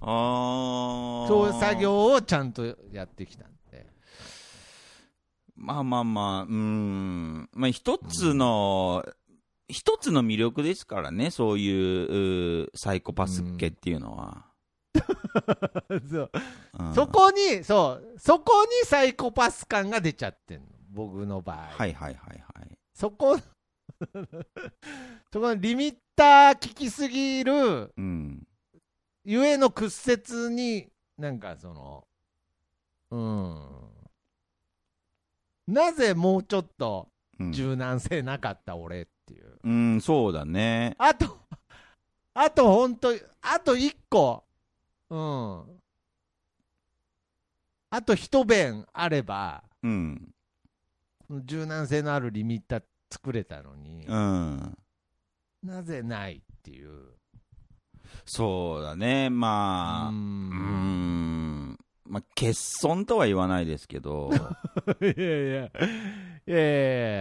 Speaker 4: ああ。
Speaker 3: そういう作業をちゃんとやってきたんで。
Speaker 4: まあまあまあ、うーん。まあ一つの、一つの魅力ですからね、そういううーサイコパスっ気っていうのは。
Speaker 3: <laughs> そう
Speaker 4: うん
Speaker 3: そこに、そう、そこにサイコパス感が出ちゃってんの、僕の場合。
Speaker 4: はいはいはいはい。
Speaker 3: そこ、 <laughs> そこのリミッター効きすぎる
Speaker 4: うん。
Speaker 3: ゆえの屈折に、なんかその、うん。なぜもうちょっと
Speaker 4: うん、
Speaker 3: 柔軟性なかった俺っていう。
Speaker 4: うんそうだね。
Speaker 3: あと、あと本当、あと一個、うん。あと一弁あれば、
Speaker 4: うん。
Speaker 3: 柔軟性のあるリミッター作れたのに、
Speaker 4: うん。
Speaker 3: なぜないっていう。
Speaker 4: そうだね。まあ、
Speaker 3: う
Speaker 4: うーん。
Speaker 3: ん <laughs>
Speaker 4: まあ、欠損とは言わないですけ <laughs> ど、
Speaker 3: いやいや、いやいやい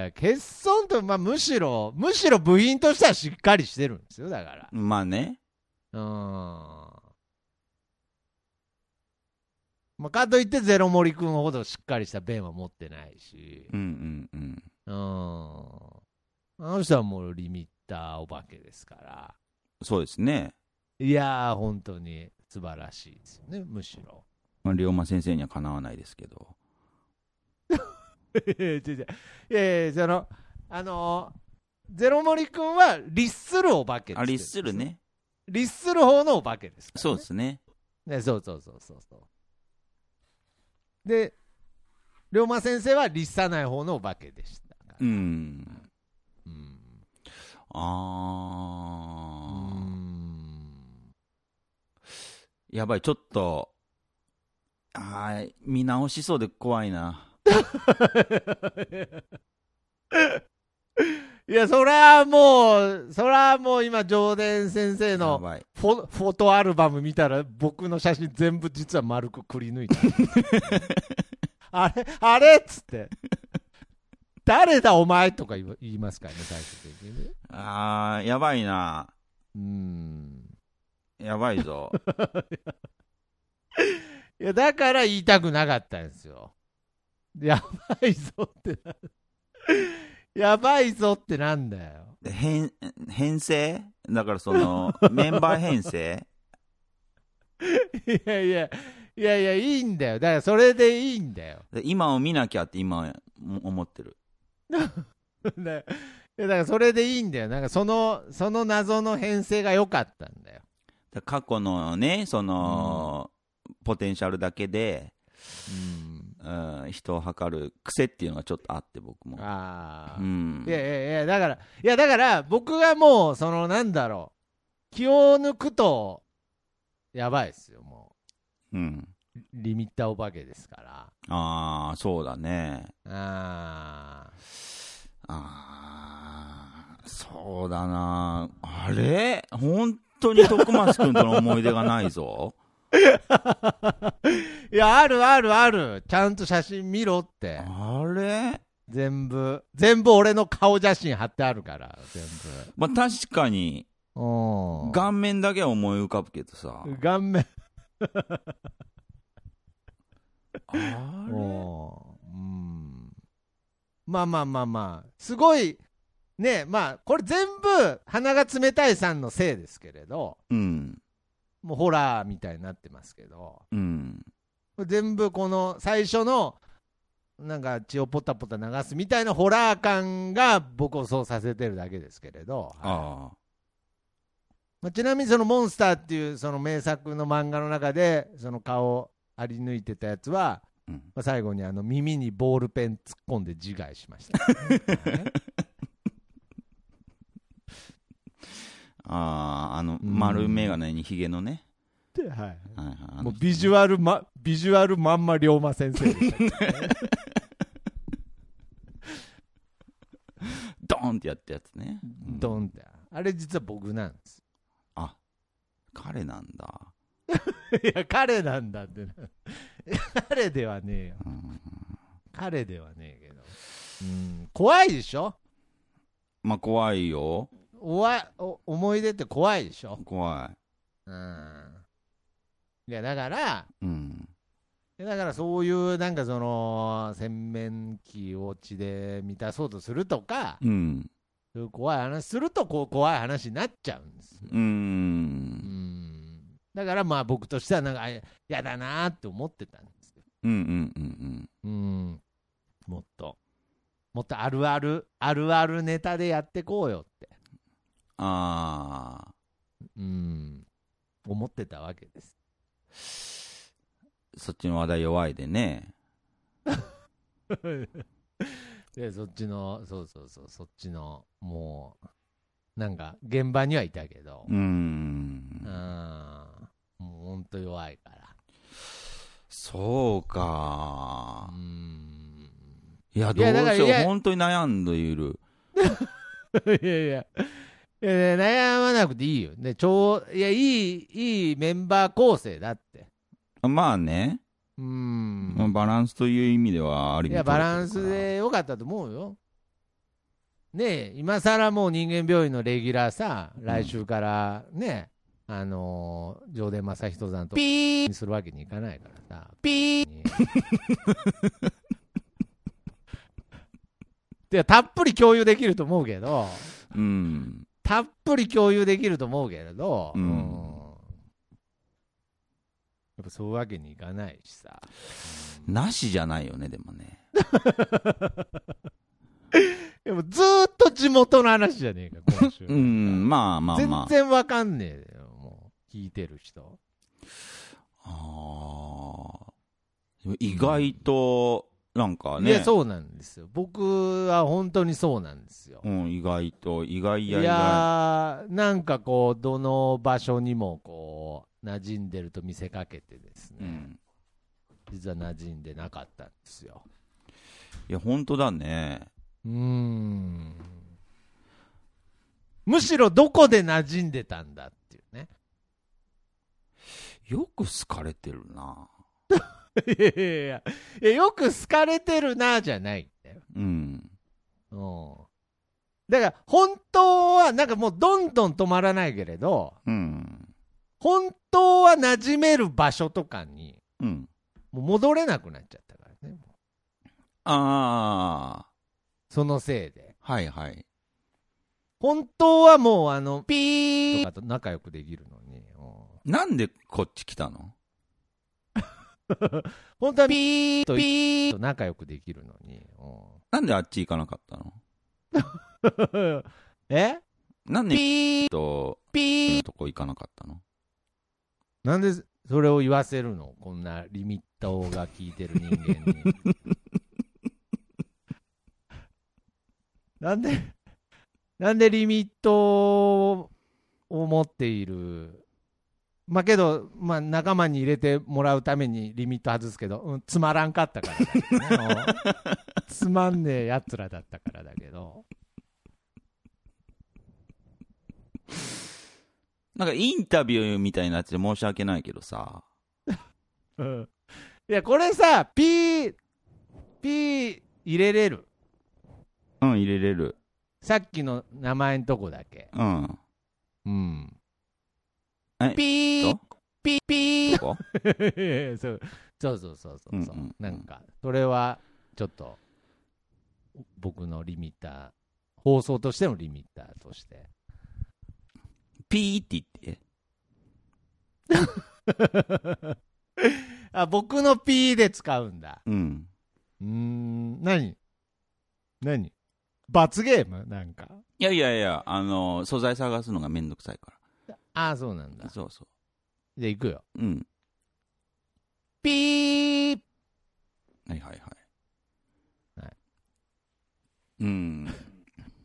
Speaker 3: や欠損と、まあ、むしろ、むしろ部品としてはしっかりしてるんですよ、だから。
Speaker 4: まあね。
Speaker 3: うん。まあ、かといって、ゼロ森君ほどしっかりした弁は持ってないし。
Speaker 4: うんうんうん。
Speaker 3: うん。あの人はもうリミッターお化けですから。
Speaker 4: そうですね。
Speaker 3: いやー、本当に素晴らしいですよね、むしろ。
Speaker 4: まあ、龍馬先生にはかなわないですけど。
Speaker 3: いや <laughs> いやいやいや、その、あのーゼロ森くんは律するお化けです。
Speaker 4: あ、律する。ね。
Speaker 3: 律する方のお化けですから、ね。
Speaker 4: そうですね。
Speaker 3: ね、そうそうそうそうそう。で、龍馬先生は律さない方のお化けでしたから。
Speaker 4: うん。
Speaker 3: うん。う
Speaker 4: あー、
Speaker 3: ん
Speaker 4: やばい、ちょっと、あー見直しそうで怖いな。
Speaker 3: いや、そらもう、そらもう今、上田先生
Speaker 4: や
Speaker 3: の
Speaker 4: ばい。
Speaker 3: フォフォトアルバム見たら、僕の写真全部実は丸くくり抜いた。あれあれっつって。誰だお前とか言わ言いますからね、最終的にね。
Speaker 4: あー、やばいな。
Speaker 3: うーん。
Speaker 4: やばい
Speaker 3: <laughs>
Speaker 4: ぞ。
Speaker 3: いや、だから言いたくなかったんですよ。やばいぞってな。やばいぞってなんだよ。
Speaker 4: 編、編成だから
Speaker 3: <laughs>
Speaker 4: その、メンバー編成
Speaker 3: いやいや、いやいや、いいんだよ。だからそれでいいんだよ。
Speaker 4: で今を見なきゃって今、も思ってる。
Speaker 3: <laughs> だいやだからそれでいいんだよ。なんかその、その謎の編成が良かったんだよ。
Speaker 4: だ過去のね、その、ポテンシャルだけで、
Speaker 3: うん。
Speaker 4: ううん、人を測る癖っていうのがちょっとあって僕も、
Speaker 3: ああ、
Speaker 4: うん
Speaker 3: い、やいやいやだからいやだから僕がもうそのなんだろう気を抜くとやばいですよも
Speaker 4: うん、
Speaker 3: うリミッターお化けですから
Speaker 4: ああそうだね
Speaker 3: あ
Speaker 4: あーそうだなあれ本当に徳松君との思い出がないぞ
Speaker 3: <laughs> ーいやあるあるあるちゃんと写真見ろって
Speaker 4: あれ
Speaker 3: 全部全部俺の顔写真貼ってあるから全
Speaker 4: まあ確かに
Speaker 3: 部うん
Speaker 4: 顔面だけは思い浮かぶけどさ
Speaker 3: 顔面
Speaker 4: あれ
Speaker 3: うんうんまあまあまあまあすごいねまあこれ全部鼻が冷たいさんのせいですけれど
Speaker 4: うん
Speaker 3: もうホラーみたいになってますけど
Speaker 4: うん
Speaker 3: 全部この最初のなんか血をポタポタ流すみたいなホラー感が僕をそうさせてるだけですけれど、
Speaker 4: あ
Speaker 3: まあ、ちなみにその「モンスター」っていうその名作の漫画の中でその顔をあり抜いてたやつは、
Speaker 4: あ、うん
Speaker 3: まあ、最後にあの耳にボールペン突っ込んで自害しました、ね
Speaker 4: あーあの
Speaker 3: うん
Speaker 4: 丸眼鏡にひげのね、
Speaker 3: ではい
Speaker 4: はいはいあの
Speaker 3: もうビジュアル、ま、ビジュアルまんま龍馬先生でしたけどね
Speaker 4: ドーンってやったやつね、うん
Speaker 3: ドンってあれ実は僕なんです
Speaker 4: あ彼なんだ、
Speaker 3: <laughs> いや彼なんだってな <laughs> 彼ではねえよ
Speaker 4: うん
Speaker 3: 彼ではねえけどうん怖いでしょ
Speaker 4: まあ怖いよ
Speaker 3: おわお思い出って怖いでしょ
Speaker 4: 怖
Speaker 3: うんいやだから
Speaker 4: いうん
Speaker 3: いやだからそういうなんかその洗面器を血で満たそうとするとか
Speaker 4: うん
Speaker 3: そういう怖い話するとこう怖い話になっちゃうんですよ
Speaker 4: う
Speaker 3: うんんだからまあ僕としてはなんかあややだなーって思ってたんですよ
Speaker 4: うんうんうん
Speaker 3: うんもっともっとあるあるあるあるネタでやってこうよって
Speaker 4: ああ
Speaker 3: うん思ってたわけです
Speaker 4: そっちの話題弱いでね
Speaker 3: でそっちのそうそうそうそっちのもうなんか現場にはいたけど
Speaker 4: う
Speaker 3: うんんもうほんと弱いから
Speaker 4: そう
Speaker 3: う
Speaker 4: か
Speaker 3: ん <laughs>
Speaker 4: いや
Speaker 3: い
Speaker 4: どう
Speaker 3: やだから
Speaker 4: しよ
Speaker 3: いうや
Speaker 4: 本当に悩んでいる
Speaker 3: いやいやいやいや悩まなくていいよねちょういやいいいいメンバー構成だって
Speaker 4: まあね、
Speaker 3: うん
Speaker 4: まあバランスという意味ではある意
Speaker 3: い
Speaker 4: 味
Speaker 3: やバランス
Speaker 4: 取れてる
Speaker 3: でよかったと思うよねえ今さらもう人間病院のレギュラーさ来週からね、あのー上田正人さんとピーにするわけにいかないからさピ <laughs> ーにでたっぷり共有できると思うけど
Speaker 4: からうん
Speaker 3: たっぷり共有できると思うけれど、
Speaker 4: うん
Speaker 3: やっぱそういうわけにいかないしさ
Speaker 4: なしじゃないよねでもね
Speaker 3: でもずーっと地元の話じゃ
Speaker 4: <laughs>
Speaker 3: ねえか今週
Speaker 4: うんまあまあまあ
Speaker 3: 全然わかんねえよもう聞いてる人
Speaker 4: あーでも意外となんか
Speaker 3: いや
Speaker 4: ね
Speaker 3: そうなんですよ僕は本当にそうなんですよ、
Speaker 4: うん、意外と意外
Speaker 3: い
Speaker 4: や
Speaker 3: や
Speaker 4: 意外
Speaker 3: ーなんかこうどの場所にもこう馴染んでると見せかけてですね、
Speaker 4: うん、
Speaker 3: 実は馴染んでなかったんですよ
Speaker 4: いや本当だね
Speaker 3: うーんむしろどこで馴染んでたんだっていうね <laughs>
Speaker 4: よく好かれてるない
Speaker 3: やいやいやいやよく好かれてるなじゃないんだよ
Speaker 4: うん
Speaker 3: うんだから本当はなんかもうどんどん止まらないけれど
Speaker 4: うん
Speaker 3: 本当は馴染める場所とかに
Speaker 4: うん
Speaker 3: もう戻れなくなっちゃったからね
Speaker 4: あ
Speaker 3: そのせいで
Speaker 4: あはいはい
Speaker 3: 本当はもうあのピーとかと仲良くできるのに、うん
Speaker 4: なんでこっち来たの
Speaker 3: 本当はピーとピーと仲良くできるのに、
Speaker 4: なんであっち行かなかったの
Speaker 3: うん <laughs> え
Speaker 4: なんでピーとピーのとこ行かなかったの
Speaker 3: なんでそれを言わせるのこんなリミッターが効いてる人間に <laughs> なんでなんでリミットを持っているまあけど、まあ、仲間に入れてもらうためにリミット外すけど、うん、つまらんかったからだけどね <laughs> うんつまんねえやつらだったからだけど
Speaker 4: なんかインタビューみたいなやつで申し訳ないけどさ。
Speaker 3: うんいやこれさピーピー入れれる
Speaker 4: うん、入れれる。
Speaker 3: さっきの名前のとこだけ
Speaker 4: うん。
Speaker 3: うん
Speaker 4: え
Speaker 3: ピー
Speaker 4: ど
Speaker 3: ピーピー
Speaker 4: どこ
Speaker 3: <laughs> そうそうそうそうそう,、う
Speaker 4: うんうん
Speaker 3: なんかそれはちょっと僕のリミッター放送としてのリミッターとして
Speaker 4: ピーって言って。
Speaker 3: あ僕のピーで使うんだ
Speaker 4: うん。
Speaker 3: うーん何何罰ゲームなんか
Speaker 4: いやいやいや、あの素材探すのがめんどくさいか
Speaker 3: ああそうなんだ
Speaker 4: ら。そうそ
Speaker 3: じゃあ行くよ
Speaker 4: う。うん。
Speaker 3: ピ <laughs> ー
Speaker 4: はいはいはい。
Speaker 3: はい
Speaker 4: うん。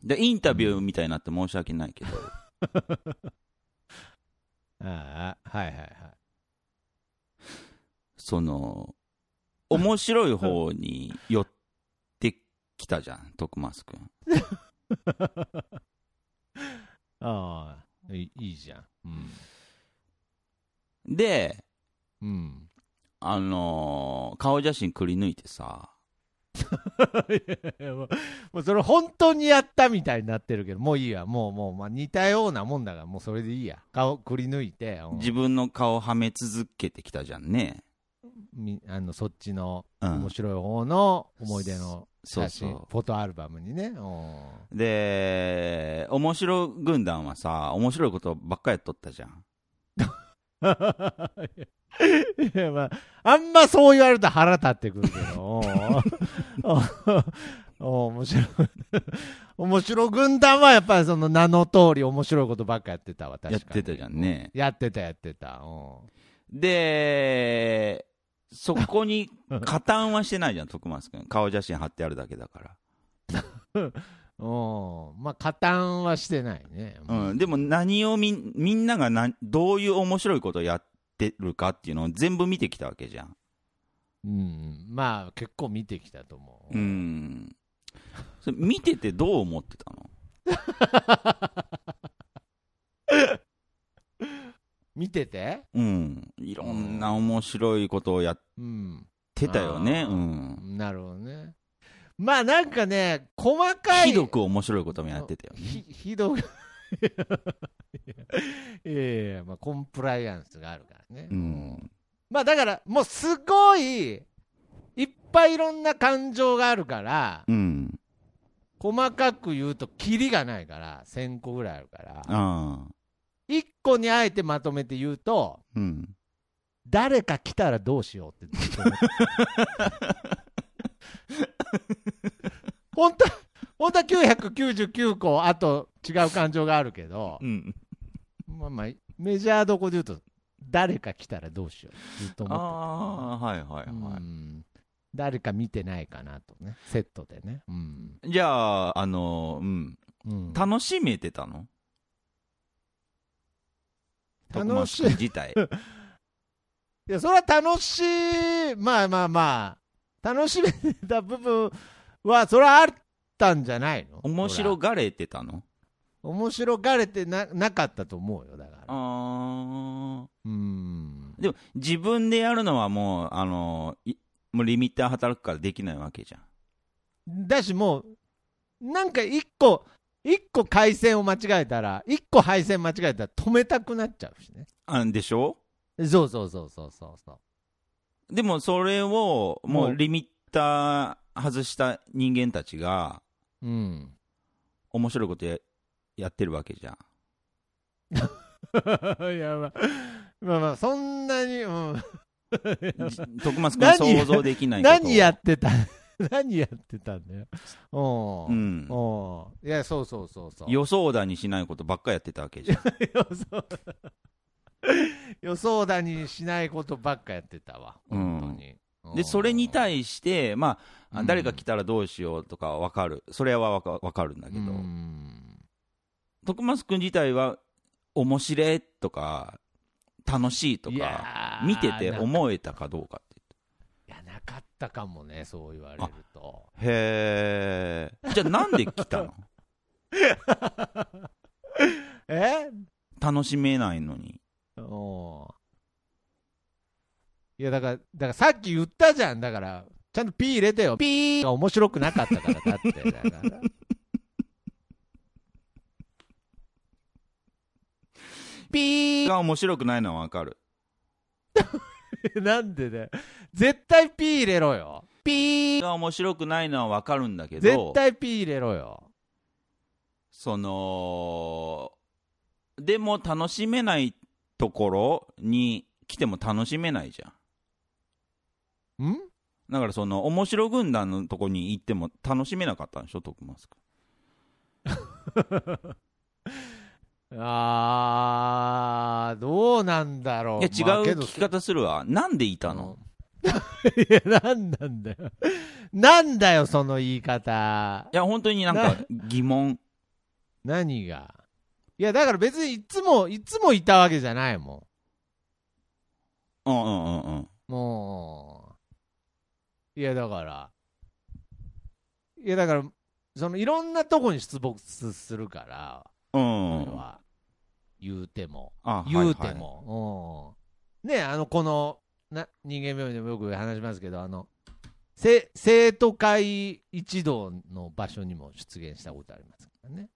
Speaker 4: で、インタビューみたいになって申し訳ないけど。
Speaker 3: ああはいはいはい
Speaker 4: その、面白い方に寄ってきたじゃん、徳マス君。
Speaker 3: <laughs> ああいいいじゃん
Speaker 4: で、
Speaker 3: うん、うん、
Speaker 4: あのー顔写真くり抜いてさ、
Speaker 3: いやい <laughs> やもうもうそれ本当にやったみたいになってるけどもういいやもうもう、まあ、似たようなもんだからもうそれでいいや顔くり抜いて、うん
Speaker 4: 自分の顔はめ続けてきたじゃんね。
Speaker 3: みあのそっちの
Speaker 4: うん
Speaker 3: 面白い方の思い出の
Speaker 4: そう
Speaker 3: 写真、
Speaker 4: そ
Speaker 3: フォトアルバムにねうん
Speaker 4: う。で、面白軍団はさ、面白いことばっかりやっとったじゃん。
Speaker 3: いやまあ、あんまそう言われると腹立ってくるけど、 <laughs> おうおう面白い。 <laughs> 面白軍団はやっぱりその名の通り面白いことばっかやってたわ、確かに
Speaker 4: やってたじゃんね。
Speaker 3: やってた、やってた。お
Speaker 4: で、そこに加担はしてないじゃん、徳松君。顔写真貼ってあるだけだか
Speaker 3: うおうまあ、加担はしてないね。
Speaker 4: ら。うん。でも何をみん、みんながな、どういう面白いことやってるかっていうのを全部見てきたわけじゃん。
Speaker 3: うん、まあ、結構見てきたと思う。
Speaker 4: うん。それ見ててどう思ってたの
Speaker 3: 見てて
Speaker 4: うん。いろんな面白いことをやっ
Speaker 3: うん。
Speaker 4: てたよね。
Speaker 3: あー
Speaker 4: うん。
Speaker 3: なるほどね。まあ、なんかね、細かい。
Speaker 4: ひどく面白いこともやってたよね。
Speaker 3: ひひど <laughs> いいやいやいや、まあ、コンプライアンスがあるからね、
Speaker 4: うん。
Speaker 3: まあだからもうすごいいっぱいいろんな感情があるから
Speaker 4: うん。
Speaker 3: 細かく言うとキリがないから1000個ぐらいあるから
Speaker 4: ああ。
Speaker 3: 1個にあえてまとめて言うと
Speaker 4: うん。
Speaker 3: 誰か来たらどうしようってずっと
Speaker 4: <laughs>
Speaker 3: 思ってる本当は本当は999個あと違う感情があるけど、
Speaker 4: うん。
Speaker 3: まあまあ、メジャーどこで言うと、誰か来たらどうしよう、ずっと思っ
Speaker 4: ああ、はいはい
Speaker 3: てた、
Speaker 4: は
Speaker 3: うん誰か見てないかなとね、セットでね。うん
Speaker 4: い。じゃあ、あの、うん。
Speaker 3: うん
Speaker 4: 楽しめてたの
Speaker 3: 楽しい
Speaker 4: 徳松君
Speaker 3: <laughs>
Speaker 4: 自体。
Speaker 3: いや、それは楽しい、まあまあまあ、楽しめてた部分は、それはあったんじゃないの
Speaker 4: 面白がれてたの
Speaker 3: 面白がれてななかったと思うよ、だから。
Speaker 4: ああ。
Speaker 3: うん
Speaker 4: でも、自分でやるのはもう、あの、いもうリミッター働くからできないわけじゃん。
Speaker 3: だしもうなんか一個一個回線を間違えたら一個配線間違えたら止めたくなっちゃうしね
Speaker 4: あんでしょ
Speaker 3: そうそうそうそうそうそう
Speaker 4: でもそれをも
Speaker 3: もう
Speaker 4: うリミッター外した人間たちが
Speaker 3: うん、
Speaker 4: 面白いことややってるわけじ
Speaker 3: <laughs>
Speaker 4: ゃん。
Speaker 3: い <laughs> やまあまあまあそんなに、うん、
Speaker 4: じ徳松君
Speaker 3: 何
Speaker 4: 想像できないことを
Speaker 3: 何やってた <laughs> 何やってたんだよおう
Speaker 4: うん
Speaker 3: おういやそうそうそうそう
Speaker 4: 予想だにしないことばっかやってたわけじゃん。
Speaker 3: 予想 <laughs> 予想だにしないことばっかやってたわ、
Speaker 4: うん
Speaker 3: 本当に。
Speaker 4: で、それに
Speaker 3: し
Speaker 4: 対して、まあ、あ
Speaker 3: うん
Speaker 4: 誰が来たらどうしようとかわかる。それはわかわかるんだ
Speaker 3: た
Speaker 4: けど、徳松くん自体は、面白いとか、楽しいとか、見てて
Speaker 3: う
Speaker 4: 思えたかどうかって。
Speaker 3: いや、なかったかもね、そう言われると。
Speaker 4: へえ。じゃあなんで来たの <laughs>
Speaker 3: え
Speaker 4: 楽しめないのに。
Speaker 3: うんいや、だから、だからさっき言ったじゃん。だから、ちゃんと P 入れてよ。P が面白くなかったから、だって。だから
Speaker 4: <laughs> ピーが面白くないのはわかる。
Speaker 3: なんでだよ。絶対 P 入れろよ。
Speaker 4: ピーが面白くないのはわかるんだけど、
Speaker 3: 絶対 P 入れろよ。
Speaker 4: その、でも楽しめないところに来ても楽しめないじゃん。
Speaker 3: ん
Speaker 4: だからその、面白軍団のとこに行っても楽しめなかったんでしょ、徳マスク。
Speaker 3: あー、どうなんだろう。
Speaker 4: いや、
Speaker 3: まあ
Speaker 4: 違う
Speaker 3: け
Speaker 4: 聞
Speaker 3: ど
Speaker 4: き方するわ。なんでいたの、
Speaker 3: いや、なんなんだよ。なんだよ、その言い方
Speaker 4: い。や、本当になんか疑問。
Speaker 3: 何が。いや、だから別にいつも、いつもいたわけじゃないも
Speaker 4: うんうんうんうん。
Speaker 3: ん。もう。いや、だから。いや、だから、その、いろんなとこに出没するから、
Speaker 4: うん
Speaker 3: 俺。は。言うても。
Speaker 4: あ
Speaker 3: 言うて。も。うんねあの、この、な、人間病院でもよく話しますけど、あの、せ生徒会一同の場所にも出現したことありますからね。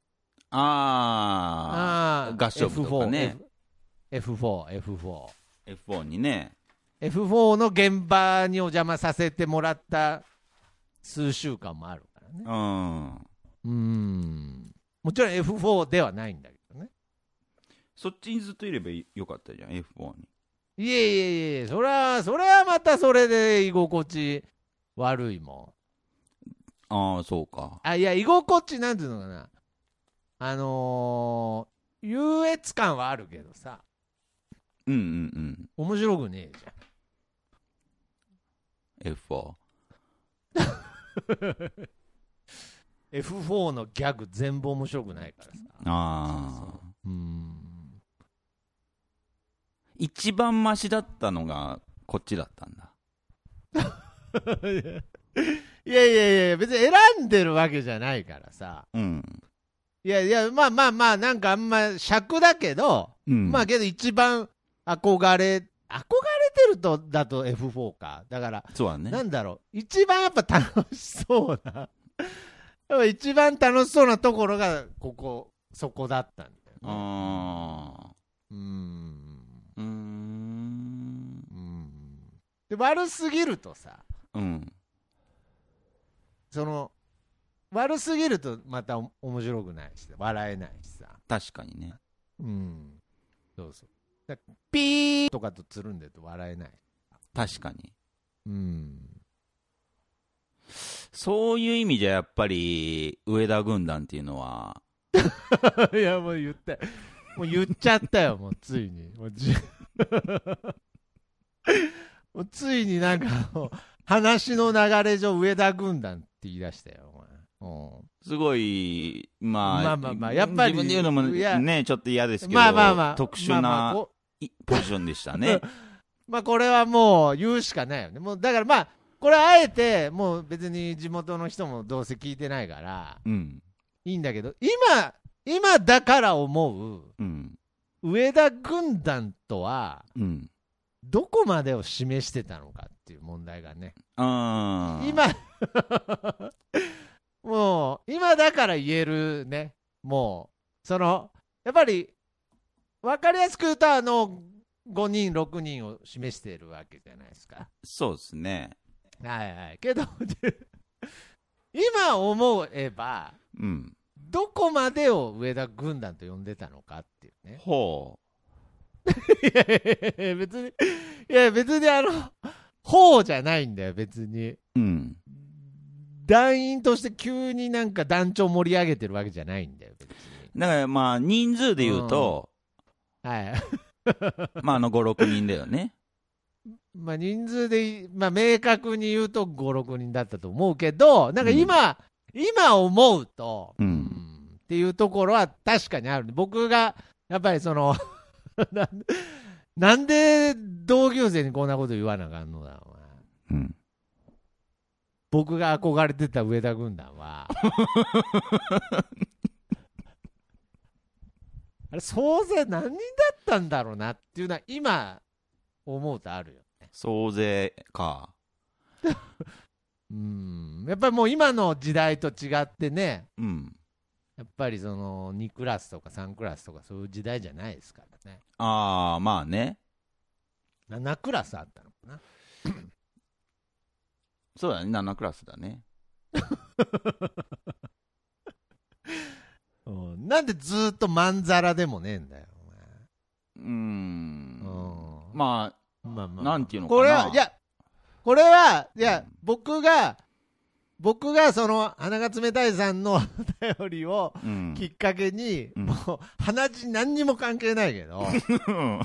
Speaker 4: あ
Speaker 3: あ
Speaker 4: 合唱部とかね。
Speaker 3: F4、F4、F4。
Speaker 4: あー、F4 にね。
Speaker 3: F4 の現場にお邪魔させてもらった数週間もあるからね。
Speaker 4: うん。
Speaker 3: うん。もちろん F4 ではないんだけどね。
Speaker 4: そっちにずっといればよかったじゃん、F4 に。
Speaker 3: いえいえいえ、それは、それはまたそれで居心地悪いもん。
Speaker 4: ああ、そうか。
Speaker 3: あ、いや、居心地なんていうのかな。あのー、優越感はあるけどさ、
Speaker 4: うんうん
Speaker 3: 面白くねえじゃん。
Speaker 4: うん。F4。
Speaker 3: F4 のギャグ全部面白くないからさ。
Speaker 4: ああ。
Speaker 3: うん。
Speaker 4: 一番マシだったのが、こっちだったんだ。
Speaker 3: いやいやいや、別に選んでるわけじゃないからさ。
Speaker 4: うん。
Speaker 3: いやいや、まあまあまあ、なんかあんま尺だけど、
Speaker 4: うん。
Speaker 3: まあけど一番憧れ、憧れてるとだと F4 か。だから、
Speaker 4: そうだね。
Speaker 3: なんだろう、一番やっぱ楽しそうな、やっぱ一番楽しそうなところが、ここ、そこだったんだよね。
Speaker 4: あ
Speaker 3: うーん。
Speaker 4: ーうーん。
Speaker 3: うーん。で、悪すぎるとさ、
Speaker 4: うん。
Speaker 3: その、悪すぎるとまたお面白くないし、笑えないしさ。
Speaker 4: 確かにね。
Speaker 3: うん。そうそう。だからピーとかとつるんでると笑えない。
Speaker 4: 確かに。
Speaker 3: うん。
Speaker 4: そういう意味じゃ、やっぱり、上田軍団っていうのは、
Speaker 3: いや、もう言ったよ。もう言っちゃったよ、もうついに。もうじ <laughs> もうついになんかもう、話の流れ上、上田軍団って言い出したよ、お
Speaker 4: すごい、まあ、
Speaker 3: まあまあまあやっぱり
Speaker 4: 自分で言うのも
Speaker 3: いや
Speaker 4: ね、ちょっと嫌です
Speaker 3: 前。
Speaker 4: けど、
Speaker 3: まあまあまあ。
Speaker 4: 特殊
Speaker 3: まあまあ
Speaker 4: な
Speaker 3: こ
Speaker 4: いポジションでした
Speaker 3: <laughs>
Speaker 4: ね。
Speaker 3: まあこれはもう言うしかないよね。もうだからまあ、これはあえて、もう別に地元の人もどうせ聞いてないから、
Speaker 4: うん。
Speaker 3: いいんだけど、今、今だから思う、
Speaker 4: うん。
Speaker 3: 上田軍団とは、
Speaker 4: うん。
Speaker 3: どこまでを示してたのかっていう問題がね。
Speaker 4: あー
Speaker 3: 今 <laughs> もう今だから言えるねもうそのやっぱり分かりやすく言うとあの5人6人を示しているわけじゃないですか
Speaker 4: そうですね。
Speaker 3: はいはいけど <laughs> 今思えば
Speaker 4: うん。
Speaker 3: どこまでを上田軍団と呼んでたのかっていう
Speaker 4: <laughs>
Speaker 3: ね
Speaker 4: ほ
Speaker 3: いやいやいや別にいや別にあの方じゃないんだよ別に
Speaker 4: う。うん。
Speaker 3: 団員として急になんか団長盛り上げてるわけじゃないんだよ、別に。
Speaker 4: だからまあ、人数で言うと、
Speaker 3: はい。 <laughs>
Speaker 4: まあ、あの、5、6人だよね。
Speaker 3: まあ、人数でい、まあ、明確に言うと5、6人だったと思うけど、なんか今、今思うと、
Speaker 4: うん
Speaker 3: っていうところは確かにある。僕が、やっぱりその <laughs> なん、なんで同級生にこんなこと言わなあかんのだ、お前
Speaker 4: うん。
Speaker 3: 僕が憧れてた上田軍団 <laughs> は。あれ、総勢何人だったんだろうなっていうのは、今、思うとあるよ。
Speaker 4: 総勢か。
Speaker 3: うん。やっぱりもう今の時代と違ってね、
Speaker 4: うん。
Speaker 3: やっぱりその2クラスとか3クラスとかそういう時代じゃないですからね。
Speaker 4: ああ、まあね。
Speaker 3: 7クラスあったのかな。
Speaker 4: そうだね、7クラスだね。
Speaker 3: うん、なんでずーっとまんざらでもねえんだよ。
Speaker 4: うーん
Speaker 3: お前。うん
Speaker 4: まあ、
Speaker 3: まあまあ、
Speaker 4: なんていうのかな
Speaker 3: これは、いや、これは、いや、
Speaker 4: うん
Speaker 3: 僕が、僕がその、鼻が冷たいさんの <laughs> お便りを
Speaker 4: うん。
Speaker 3: きっかけに、
Speaker 4: うん
Speaker 3: もう、鼻血何にも関係ないけど、 <laughs>
Speaker 4: うん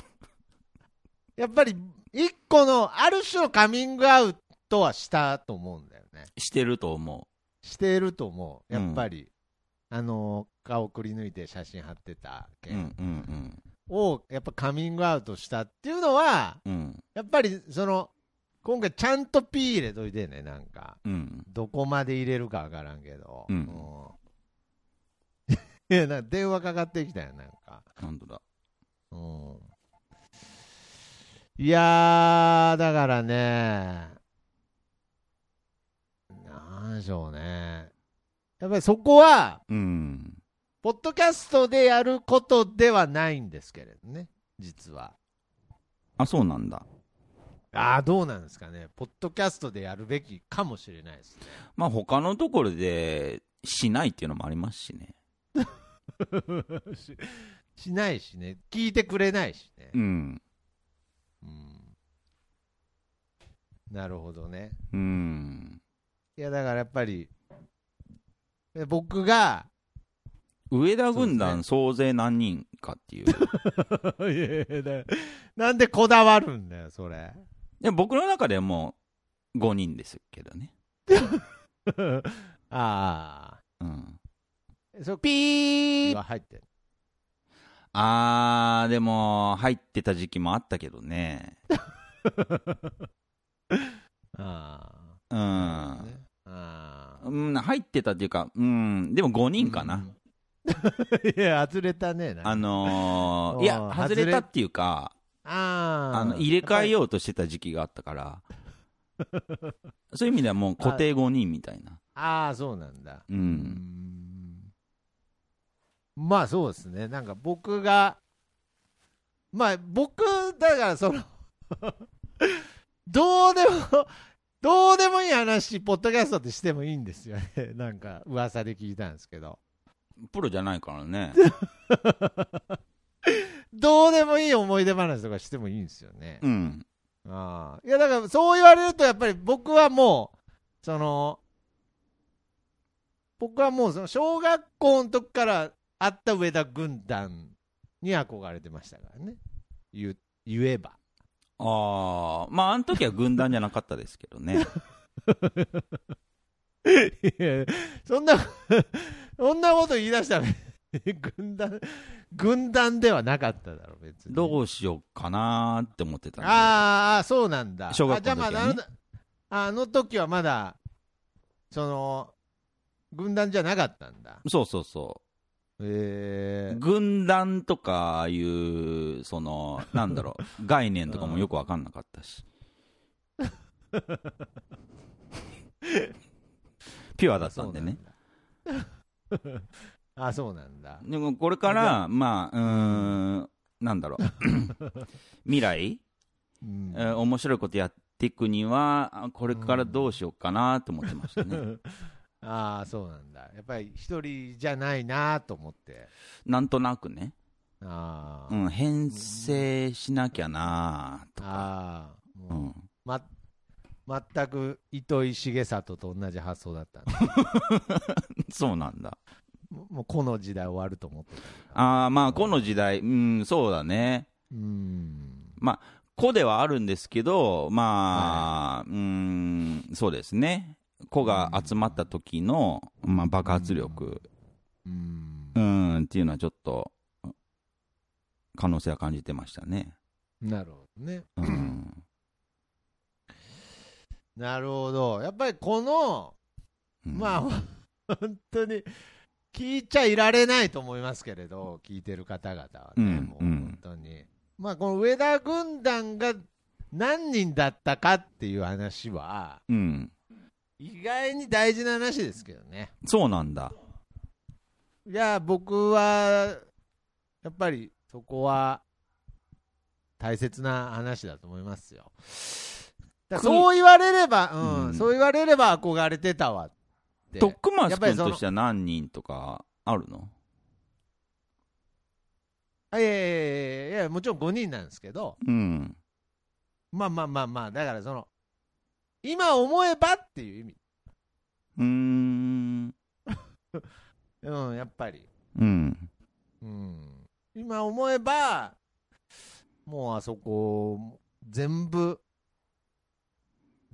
Speaker 3: やっぱり、一個の、ある種のカミングアウトはしたと思うんだよね。
Speaker 4: <laughs> してると思
Speaker 3: してると思う、やっぱり。あの、顔くり抜いて写真貼ってた
Speaker 4: う。うん
Speaker 3: 件
Speaker 4: うん
Speaker 3: を、やっぱカミングアウトしたっていうのは、
Speaker 4: うん。うん
Speaker 3: やっぱりその今回ちゃんと P 入れといてねなんか
Speaker 4: うん。
Speaker 3: どこまで入れるかわからんけど、
Speaker 4: うん
Speaker 3: うん <laughs> いやなんか電話かかってきたよなんか、
Speaker 4: なんとだ。
Speaker 3: うん、いやーだからねなんでしょうねやっぱりそこは
Speaker 4: うん。
Speaker 3: ポッドキャストでやることではないんですけれどね実は
Speaker 4: あ、そうなんだ。
Speaker 3: ああどうなんですかねポッドキャストでやるべきかもしれないですね
Speaker 4: まあ、他のところでしないっていうのもありますしね。 <laughs>
Speaker 3: ししないしね、聞いてくれないしね
Speaker 4: う。ん。
Speaker 3: うんなるほどね。
Speaker 4: うん。
Speaker 3: いや、だからやっぱり、え僕が、
Speaker 4: 上田軍
Speaker 3: そうです
Speaker 4: 団総勢何人かっていう。
Speaker 3: <laughs> いや
Speaker 4: <laughs>
Speaker 3: いやだなんでこだわるんだよ、それ。
Speaker 4: で僕の中ではもう5人ですけどね。
Speaker 3: あ
Speaker 4: うん。
Speaker 3: あ。そピーは入ってる
Speaker 4: あー、でも、入ってた時期もあったけどね。
Speaker 3: あ
Speaker 4: う
Speaker 3: あ。
Speaker 4: ん。
Speaker 3: ねあ
Speaker 4: うん、入ってたっていうか、うん、でも5人かな。
Speaker 3: あ。 <laughs> いや、外れたね。なんか
Speaker 4: あの <laughs>
Speaker 3: う
Speaker 4: ー
Speaker 3: ん
Speaker 4: いや、外れたっていうか、
Speaker 3: ああ
Speaker 4: あの入れ替えようとしてた時期があった <laughs> から、そういう意味ではもう固定5人みたいな。
Speaker 3: ああ、そうなんだ。う
Speaker 4: う
Speaker 3: ー
Speaker 4: ん。
Speaker 3: んまあそうですね、なんか僕が、まあ僕、だからその、 <laughs> どうでも、どうでもいい話、ポッドキャストってしてもいいんですよね、なんか噂で聞いたんですけど、
Speaker 4: プロじゃないから <laughs> ね。
Speaker 3: どうでもいい思い出話とかしてもいいんですよね。
Speaker 4: うん。
Speaker 3: ああいや、だからそう言われると、やっぱり僕はもう、その、僕はもうその小学校の時からあった上田軍団に憧れてましたからね。言う言えば。 <laughs>
Speaker 4: ああ、まあ、あの時は軍団じゃなかったですけど <laughs> ね。
Speaker 3: そんな、そんなこと言い出したら、 <laughs> 軍団、軍団ではなかっただろう、別に。
Speaker 4: どうしようかなーって思ってたん
Speaker 3: あ
Speaker 4: で
Speaker 3: ーあー、そうなんだ。
Speaker 4: 小学校の時はね
Speaker 3: あじゃあまあなるほどあの時はまだ、その、軍団じゃなかったんだ。
Speaker 4: そうそうそ
Speaker 3: え
Speaker 4: う。軍団とかいう、
Speaker 3: <laughs>
Speaker 4: その、なんだろう、概念とかもよくわかんなかったし。ピュアだったんでね。。
Speaker 3: <laughs> あ、そうなんだ。
Speaker 4: でもこれから、まあ、うーん、なんだろう、
Speaker 3: <laughs>
Speaker 4: 未来、
Speaker 3: うん
Speaker 4: えー面白いことやっていくには、あこれからどうしようかなと思ってましたね。
Speaker 3: ああ、そうなんだ。やっぱり一人じゃないなと思って。
Speaker 4: なんとなくね、
Speaker 3: ああ、
Speaker 4: うん、編成しなきゃなとか、
Speaker 3: ああ、
Speaker 4: う、
Speaker 3: もうんま、全く糸井重里と同じ発想だったん
Speaker 4: <laughs>
Speaker 3: だ
Speaker 4: そうなんだ。
Speaker 3: もうもうこの時代終わると思って。
Speaker 4: あーまあ、この時代、うん、そうだね。
Speaker 3: うん
Speaker 4: 子ではあるんですけど、まあ、うーん、そうですね。子が集まった時の、まあ、爆発力、
Speaker 3: うん
Speaker 4: うん、っていうのはちょっと、可能性は感じてましたね。
Speaker 3: なるほどね
Speaker 4: うん。
Speaker 3: なるほどやっぱりこの
Speaker 4: うん
Speaker 3: まあ、本当に聞いちゃいられないと思いますけれど、聞いてる方々はね、
Speaker 4: うん
Speaker 3: もう本当に、まあ、この上田軍団が何人だったかっていう話は、
Speaker 4: うん。
Speaker 3: 意外に大事な話ですけどね、
Speaker 4: そうなんだ。
Speaker 3: いや、僕はやっぱりそこは大切な話だと思いますよ。だからそう言われれば、うん
Speaker 4: うん
Speaker 3: そう言われれば憧れてたわって。
Speaker 4: 徳松
Speaker 3: やっぱり
Speaker 4: 君
Speaker 3: その
Speaker 4: としては何人とかあるの
Speaker 3: あいやいやいやいや、もちろん5人なんですけど、
Speaker 4: うん。
Speaker 3: まあまあまあまあ、だからその、今思えばっていう意味、
Speaker 4: うーん。
Speaker 3: うん、やっぱり、
Speaker 4: うん。
Speaker 3: うん、今思えば、もうあそこ、全部、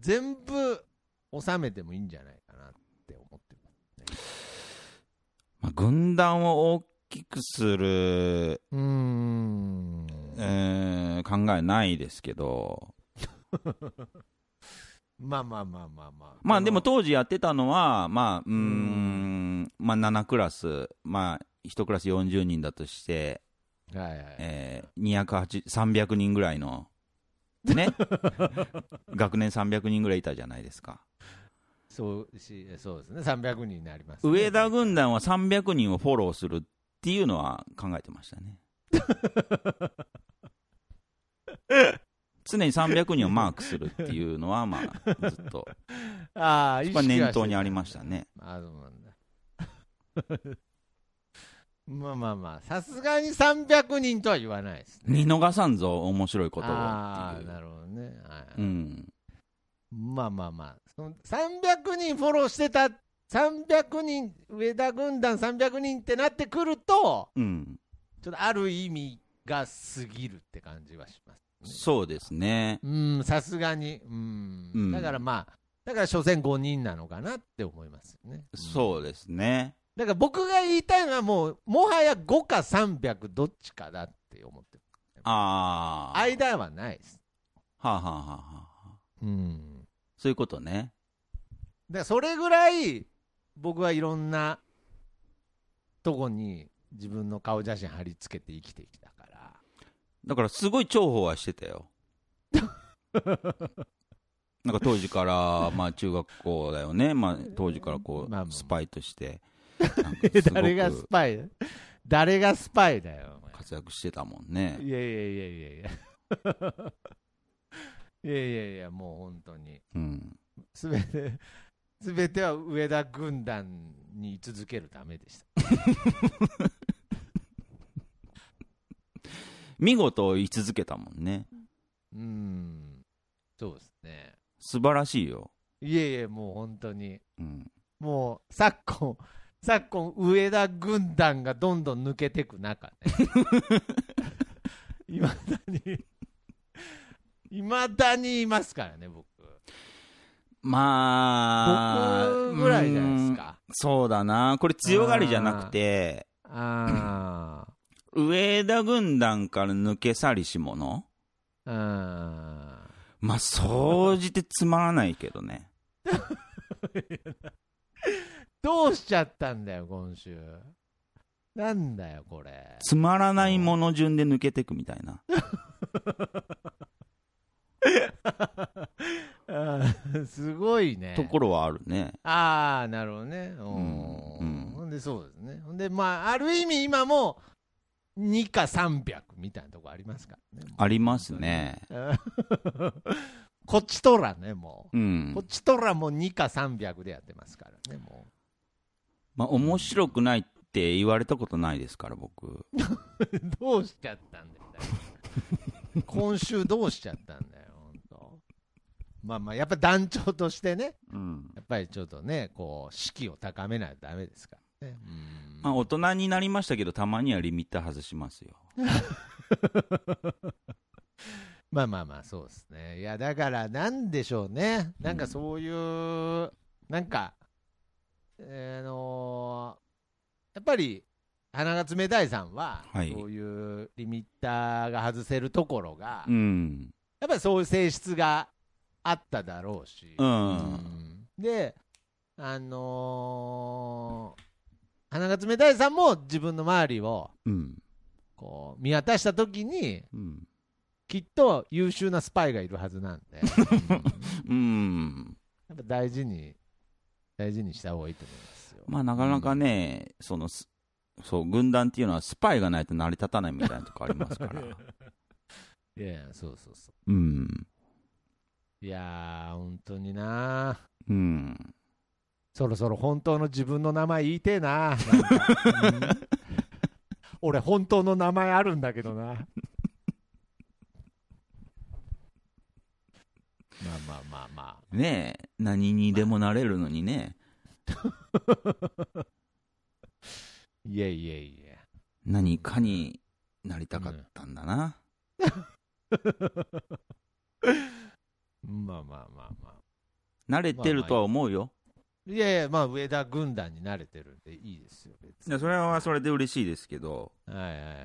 Speaker 3: 全部収めてもいいんじゃないかなって思ってます。
Speaker 4: まあ、軍団を大きくする、
Speaker 3: うーん、
Speaker 4: えー考えないですけど、
Speaker 3: まあまあまあまあまあ、
Speaker 4: まあ
Speaker 3: この
Speaker 4: でも、当時やってたのは、まあ、うーん、まあ7クラス、まあ1クラス40人だとして、
Speaker 3: はいはい、
Speaker 4: えー、208 300人ぐらいの、
Speaker 3: <laughs>
Speaker 4: ね、学年300人ぐらいいたじゃないですか。
Speaker 3: そうしそうですね、300人になります、ね。
Speaker 4: 上田軍団は300人をフォローするっていうのは考えてました
Speaker 3: <laughs>
Speaker 4: ね。常に300人をマークするっていうのは、まあ、ずっと、
Speaker 3: ああ、 <laughs> 意識
Speaker 4: そこ
Speaker 3: はし
Speaker 4: は
Speaker 3: て
Speaker 4: 念
Speaker 3: た
Speaker 4: 頭にありましたね。
Speaker 3: あそうなんだ <laughs> まあまあまあさすがに300人とは言わないですね
Speaker 4: 見逃さんぞ、面白いことを
Speaker 3: ああ
Speaker 4: っていう。
Speaker 3: なるほどね、はい
Speaker 4: うん。
Speaker 3: まあまあまあその300人フォローしてた300人上田軍団300人ってなってくると
Speaker 4: うん。
Speaker 3: ちょっとある意味が過ぎるって感じはします
Speaker 4: そうですね。
Speaker 3: うんさすがにうん、
Speaker 4: うん
Speaker 3: だからまあだから所詮5人なのかなって思いますよね
Speaker 4: そうですね。
Speaker 3: だから僕が言いたいのはもうもはや5か300どっちかだって思ってる
Speaker 4: ああ。は
Speaker 3: 間はないです
Speaker 4: あ、はあはあはあ、
Speaker 3: うん
Speaker 4: そういうことね。
Speaker 3: だからそれぐらい僕はいろんなとこに自分の顔写真貼り付けて生きてきたから
Speaker 4: だからすごい重宝はして
Speaker 3: <laughs>
Speaker 4: たよ。なんか当時から、まあ中学校だよね。まあ当時からこ
Speaker 3: まあまあ
Speaker 4: う、スパイとして、
Speaker 3: え <laughs> 誰がスパイ誰がスパイだよお
Speaker 4: 活躍してたもん
Speaker 3: 前
Speaker 4: ね。
Speaker 3: いやいやいやいやいや <laughs> いやいやいやもう本当に
Speaker 4: うん。
Speaker 3: すべてすべては上田軍団に居続けるためでした
Speaker 4: 見事言い続けたもんね。
Speaker 3: うーん、そうですね。
Speaker 4: 素晴らしいよ。
Speaker 3: いえいえ、もう本当に、
Speaker 4: うん。
Speaker 3: もう昨今、 <laughs> 昨今、上田軍団がどんどん抜けてく中ね、 <laughs> いまだに、いまだにいますからね、僕。
Speaker 4: まあ、
Speaker 3: 僕ぐらいじゃないです
Speaker 4: うん。
Speaker 3: か。
Speaker 4: そうだな。これ強がりじゃなくて、
Speaker 3: あ
Speaker 4: 上田軍団から抜け去りし者
Speaker 3: ー、あ
Speaker 4: まあ、総じてつまらないけどね。
Speaker 3: ー。どうしちゃったんだよ、今週。なんだよ、これ。
Speaker 4: つまらないもの順で抜けてくみたいな。
Speaker 3: あー <laughs> すごいね。
Speaker 4: ところはあるね。
Speaker 3: ああ、なるほどね。うん
Speaker 4: うん
Speaker 3: ほんで、そうですね。ほんで、まあ、ある意味、今も2か300みたいなとこありますからね。
Speaker 4: ありますね。
Speaker 3: <laughs> こっちとらね、も
Speaker 4: う
Speaker 3: う。
Speaker 4: ん
Speaker 3: こっ。ちとらも2か300でやってますからね、も
Speaker 4: まあ、面白くないって言われたことないですから、僕。
Speaker 3: う。どうしちゃったんだよ。 <laughs> 今週どうしちゃったんだよ、本当。まあまあ、やっぱ団長としてね、
Speaker 4: うん。
Speaker 3: やっぱりちょっとね、こう、士気を高めないとダメですからね。うん
Speaker 4: まあ、大人になりましたけど、たまにはリミッター外しますよ。
Speaker 3: まあまあまあ、そうですね。いや、だから、なんでしょうね。なんかそういう、なんか、えーあのーやっぱり、鼻が冷たいさんは、
Speaker 4: はい
Speaker 3: そういうリミッターが外せるところが、
Speaker 4: うん。
Speaker 3: やっぱりそういう性質があっただろうし、
Speaker 4: うん
Speaker 3: うんで、あのー、鼻が冷たいさんも自分の周りを
Speaker 4: うん。
Speaker 3: こう見渡したときに、
Speaker 4: うん。
Speaker 3: きっと優秀なスパイがいるはず
Speaker 4: <laughs>
Speaker 3: なんで、うんや
Speaker 4: うん。
Speaker 3: っぱ大事に、大事にした方がいいと思いますよ。
Speaker 4: まあ、なかなかね、そのす、そう、軍団っていうのはスパイがないと成り立たないみたいなとこあります <laughs> から。
Speaker 3: いやいや、そうそうそ
Speaker 4: うん。
Speaker 3: う。いやー、本当にな
Speaker 4: うん。
Speaker 3: そろそろ本当の自分の名前言いてえななんかうん俺、本当の名前あるんだけどな。まあまあまあまあ。
Speaker 4: ねえ、何にでもなれるのにね、
Speaker 3: いえいえいえ。
Speaker 4: 何かになりたかったんだな。
Speaker 3: まあまあまあま
Speaker 4: 慣れてるとは思うよ。
Speaker 3: あ。いやいや、まあ、上田軍団に慣れてるんでいいですよ、別
Speaker 4: い
Speaker 3: に
Speaker 4: やそれはそれで嬉しいですけど、
Speaker 3: はいはいはいはい。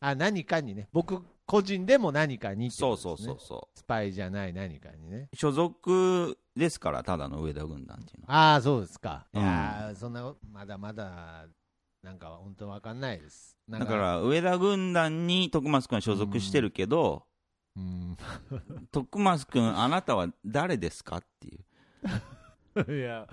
Speaker 3: あ、何かにね。僕個人でも何かにって
Speaker 4: そ
Speaker 3: こ
Speaker 4: う
Speaker 3: と
Speaker 4: そう
Speaker 3: ですね
Speaker 4: そうそ
Speaker 3: スパイじゃない何かにね。
Speaker 4: う。所属ですから、ただの上田軍団っていうのは。
Speaker 3: ああ、そうですか。い
Speaker 4: うん
Speaker 3: やーそんな、まだまだ、なんか本当わかんないです。なん
Speaker 4: だか、ら、上田軍団に徳松君は所属してるけど、
Speaker 3: うん。 <laughs>
Speaker 4: 徳松君、あなたは誰ですかっていう。
Speaker 3: いや、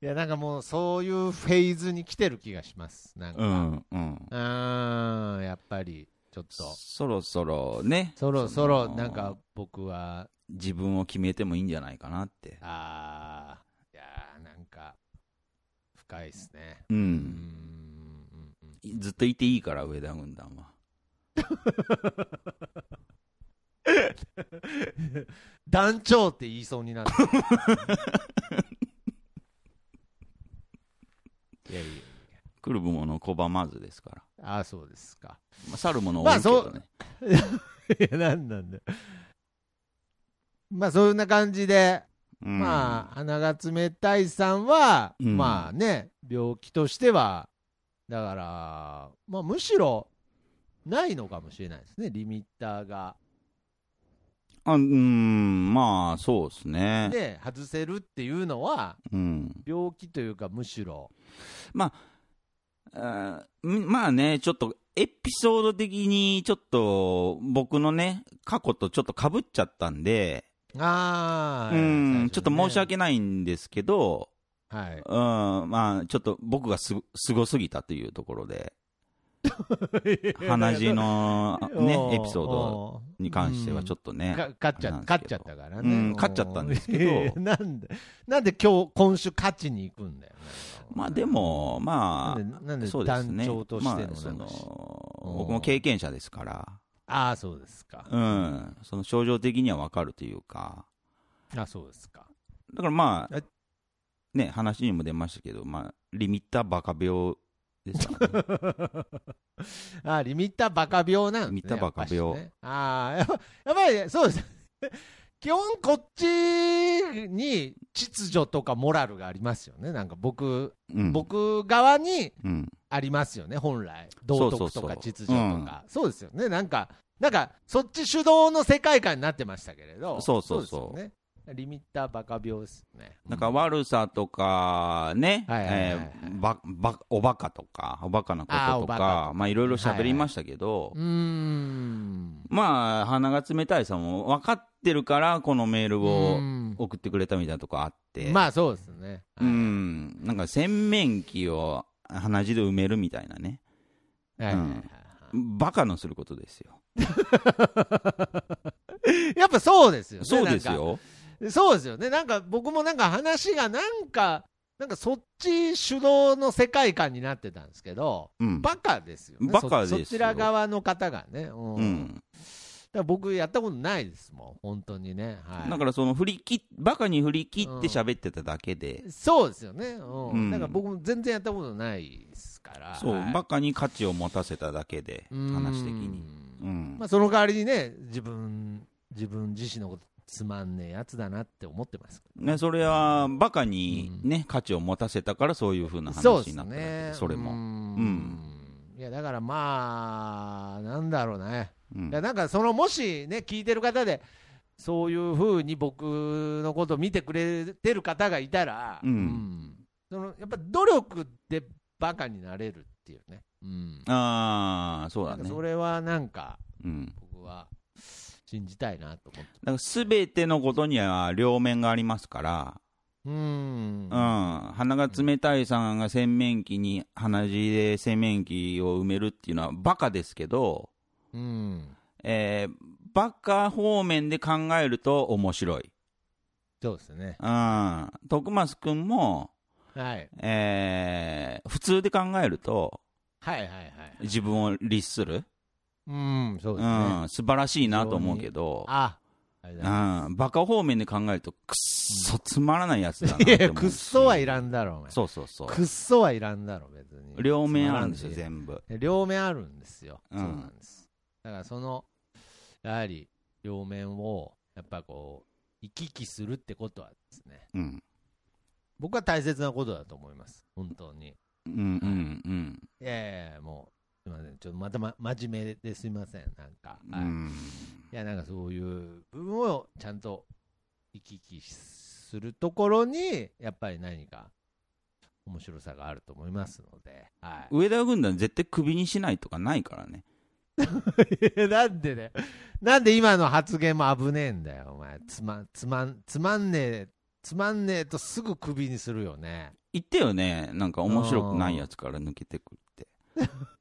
Speaker 3: いや、なんかもうそういうフェーズに来てる気がします。なんか、
Speaker 4: う、
Speaker 3: うん
Speaker 4: うん。
Speaker 3: ーん、やっぱり、ちょっと。
Speaker 4: そろそろね。
Speaker 3: そろそ
Speaker 4: の
Speaker 3: ろ、なんか、僕は、
Speaker 4: 自分を決めてもいいんじゃないかなって。
Speaker 3: あー、いやー、なんか、深いですね。
Speaker 4: う。
Speaker 3: うんん。
Speaker 4: ずっといていいから、上田軍団は。
Speaker 3: 団長って言いそうになった。 <laughs> いやいやいや。
Speaker 4: 来るもの拒まずですから。
Speaker 3: ああ、そうですか。
Speaker 4: まあ、去るもの
Speaker 3: まあ
Speaker 4: 多いけどね。
Speaker 3: いや、なんなんだよまあ、そんな感じで、
Speaker 4: うん
Speaker 3: まあ、鼻が冷たいさんは、
Speaker 4: うん
Speaker 3: まあね、病気としては、だから、まあ、むしろ、ないのかもしれないですね、リミッターが。
Speaker 4: あうーん、まあ、そうですね。
Speaker 3: ね、外せるっていうのは、
Speaker 4: うん。
Speaker 3: 病気というか、むしろ。
Speaker 4: あーんまあね、ちょっと、エピソード的に、ちょっと、僕のね、過去とちょっと被っちゃったんで、
Speaker 3: ああ、
Speaker 4: うん、ち
Speaker 3: 最初
Speaker 4: ょっと
Speaker 3: にね
Speaker 4: 申し訳ないんですけど、
Speaker 3: はい。
Speaker 4: うん、まあ、ちょっと僕がす、すごすぎたというところで、 <laughs> 鼻血の、
Speaker 3: <laughs>
Speaker 4: ね、エピソード
Speaker 3: ド
Speaker 4: に関してはちょ
Speaker 3: っ
Speaker 4: っとね、
Speaker 3: か勝っちゃ
Speaker 4: あれなん
Speaker 3: 勝っち
Speaker 4: ですけ
Speaker 3: ゃ
Speaker 4: ど
Speaker 3: ったからね、
Speaker 4: うん勝っちゃったんで
Speaker 3: <laughs>
Speaker 4: すけど
Speaker 3: いやいやなんでなんで今日今週勝ちに行くんだよ
Speaker 4: まあでも、ま
Speaker 3: なん
Speaker 4: あ、
Speaker 3: でなんで
Speaker 4: そうです
Speaker 3: 団
Speaker 4: ね。
Speaker 3: 長としての
Speaker 4: まあそ
Speaker 3: なんかしうん
Speaker 4: の僕も経験者ですから、
Speaker 3: ああそうですか、
Speaker 4: うん、その症状的にはわかるというか、
Speaker 3: あそうですか
Speaker 4: だからまあ
Speaker 3: え、
Speaker 4: ね、話にも出ましたけど、まあ、リミッターバカ病ですから
Speaker 3: <laughs>
Speaker 4: ね
Speaker 3: ああリミッターバカ病なんですね
Speaker 4: リミッターバカ病
Speaker 3: やっぱしねああやっぱやっぱりそうです <laughs> 基本こっちに秩序とかモラルがありますよねなんか僕、
Speaker 4: うん、
Speaker 3: 僕側に
Speaker 4: うん、
Speaker 3: ありますよね、本来。道徳と
Speaker 4: そうそうそ
Speaker 3: か
Speaker 4: う
Speaker 3: 秩序とか。そうですよね、なんか、なんか、そっち主導の世界観になってましたけれど、
Speaker 4: そうそうそう
Speaker 3: ですよね、リミッターバカ病ですね。
Speaker 4: なんか悪さとかね、
Speaker 3: はいはいはいはい
Speaker 4: えーばばおバカとか、おバカなこ
Speaker 3: あー
Speaker 4: と
Speaker 3: お
Speaker 4: と
Speaker 3: バカ
Speaker 4: か、まあいろいろ喋りましたけど、
Speaker 3: うーん。
Speaker 4: まあ、鼻が冷たいさんも分かってるから、このメールを
Speaker 3: うん
Speaker 4: 送ってくれたみたいなとこあって、
Speaker 3: まあそうですね。
Speaker 4: う
Speaker 3: はい
Speaker 4: ん、なんか洗面器を鼻血で埋めるみたいなね、
Speaker 3: はいはいはいは
Speaker 4: バカのすることですよ。
Speaker 3: いやっぱそうですよね。
Speaker 4: そうです
Speaker 3: なんか。
Speaker 4: よ。
Speaker 3: そうですよね。なんか僕もなんか話がなんか、なんかそっち主導の世界観になってたんですけど、
Speaker 4: うん。
Speaker 3: バカですよね。
Speaker 4: バカです
Speaker 3: そ
Speaker 4: よ
Speaker 3: そちら側の方がね。うん
Speaker 4: うん。
Speaker 3: ら僕やったことないですもん本当にねはい
Speaker 4: だからその振り切っバカに振り切って喋ってただけで、
Speaker 3: そうですよね、うん
Speaker 4: うん
Speaker 3: だから僕も全然やったことないですから
Speaker 4: そう、
Speaker 3: はい
Speaker 4: バカに価値を持たせただけで
Speaker 3: うん
Speaker 4: 話的にうん、
Speaker 3: まあ、その代わりにね自分自分自身のことつまんねえやつだなって思ってます
Speaker 4: ね、それはバカに、ね価値を持たせたからそういうふうな
Speaker 3: そうで
Speaker 4: 話に
Speaker 3: す
Speaker 4: なっただけで
Speaker 3: ね
Speaker 4: それ
Speaker 3: う
Speaker 4: も、
Speaker 3: んいやだからまあなんだろうね、
Speaker 4: うん
Speaker 3: いやなんかそのもしね聞いてる方でそういうふうに僕のことを見てくれてる方がいたら、
Speaker 4: うん
Speaker 3: そのやっぱ努力でバカになれるっていうね、うん
Speaker 4: ああそうだ
Speaker 3: なんか
Speaker 4: ね
Speaker 3: それはなんか
Speaker 4: うん、だか
Speaker 3: 僕は信じたいなと思って
Speaker 4: ら全てのことには両面がありますから、
Speaker 3: うん
Speaker 4: うん、鼻が冷たいさんが洗面器に鼻血で洗面器を埋めるっていうのはバカですけど、
Speaker 3: うん
Speaker 4: えーバカ方面で考えると面白い、
Speaker 3: そうですね
Speaker 4: うん、徳松くんも、
Speaker 3: はい
Speaker 4: えー普通で考えると
Speaker 3: はいはいはい
Speaker 4: 自分を律する
Speaker 3: うんそう
Speaker 4: う、
Speaker 3: ですね、
Speaker 4: ん、素晴らしいなと思うけど、
Speaker 3: あありがとうございま
Speaker 4: うん、バカ方面で考えるとくっそつまらないやつだなっ
Speaker 3: すいやい
Speaker 4: て
Speaker 3: や
Speaker 4: 思う
Speaker 3: く
Speaker 4: し
Speaker 3: っそはいらんだろお前
Speaker 4: そうそうそう
Speaker 3: くっそはいらんだろ別に
Speaker 4: 両面あるんですよ
Speaker 3: つまらし
Speaker 4: 全部
Speaker 3: 両面あるんですよ、
Speaker 4: うん
Speaker 3: そうなんですだからそのやはり両面をやっぱこう行き来するってことはですね
Speaker 4: うん
Speaker 3: 僕は大切なことだと思います本当に
Speaker 4: うんうんうん
Speaker 3: いやいやいやもうすいませんちょっとまたま真面目ですいませんなんか、
Speaker 4: う
Speaker 3: はい
Speaker 4: ん
Speaker 3: いやなんかそういう部分をちゃんと行き来するところにやっぱり何か面白さがあると思いますので、はい、
Speaker 4: 上田軍団絶対クビにしないとかないからね
Speaker 3: <laughs> なんでね、なんで今の発言も危ねえんだよ、お前。つまん、つまん、つまんねえ、つまんねえとすぐクビにするよね。 <laughs>
Speaker 4: 言ってよねなんか面白くないやつから抜けてくっ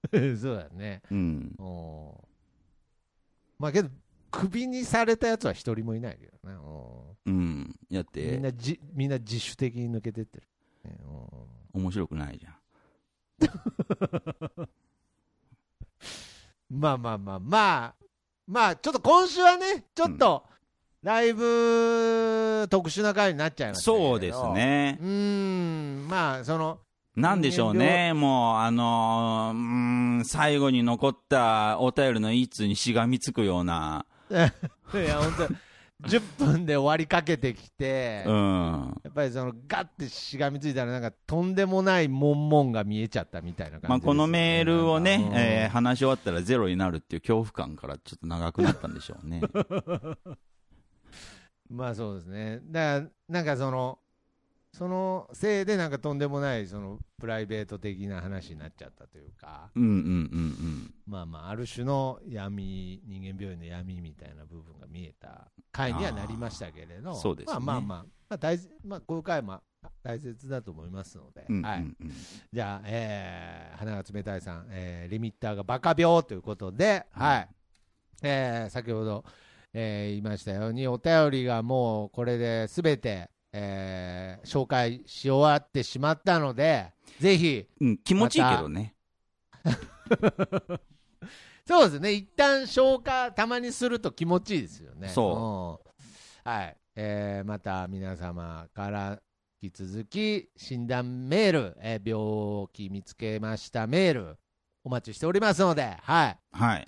Speaker 4: て
Speaker 3: そうだね。
Speaker 4: うん
Speaker 3: うん。まあけど、クビにされたやつは一人もいないけどね。う
Speaker 4: うんやっ
Speaker 3: んみん
Speaker 4: て
Speaker 3: なじ、みんな自主的に抜けてってる。ね
Speaker 4: 面白くないじゃん
Speaker 3: うんまあまあまあまあ、まあ、ちょっと今週はね、ちょっと、ライブ特殊な回になっちゃいましたけど
Speaker 4: そうです。ね
Speaker 3: うーん、まあ、そ
Speaker 4: <laughs>
Speaker 3: の、
Speaker 4: なんでしょうね、もう、あのーうーん、最後に残ったお便りの一通にしがみつくような、
Speaker 3: いや、本当10分で終わりかけてきて、
Speaker 4: う
Speaker 3: や
Speaker 4: ん、
Speaker 3: っぱりそのガッてしがみついたら、なんかとんでもないもんもんが見えちゃったみたいな感じですね、
Speaker 4: まあ、このメールを
Speaker 3: なん
Speaker 4: ね
Speaker 3: か、
Speaker 4: えー話し終わったらゼロになるっていう恐怖感からちょっと長くなったんでしょ
Speaker 3: <laughs>
Speaker 4: うね。
Speaker 3: うんまあそうですね、だから、なんかその、そのせいで、なんかとんでもないそのプライベート的な話になっちゃったというか、
Speaker 4: うんうんうん
Speaker 3: まあまあ、ある種の闇、人間病院の闇みたいな部分が見えた回にはなりましたけれど、
Speaker 4: あーそうです
Speaker 3: まあ
Speaker 4: ね
Speaker 3: まあまあ、まあ大事まあ、こういう回も大切だと思いますので。
Speaker 4: うん。うんうんうん
Speaker 3: はいじゃあ、えー、花が冷たいさん、えーリミッターがバカ病ということで、はい。えー先ほど、えー言いましたように、お便りがもうこれで全て、えー紹介し終わってしまったので、ぜひ、
Speaker 4: うん気持ちいいけどね。
Speaker 3: そうですね、一旦消化、たまにすると気持ちいいですよね。
Speaker 4: そ
Speaker 3: うん。はい。えーまた皆様から引き続き、診断メール、えー病気見つけましたメール、お待ちしておりますので、はい。
Speaker 4: はい。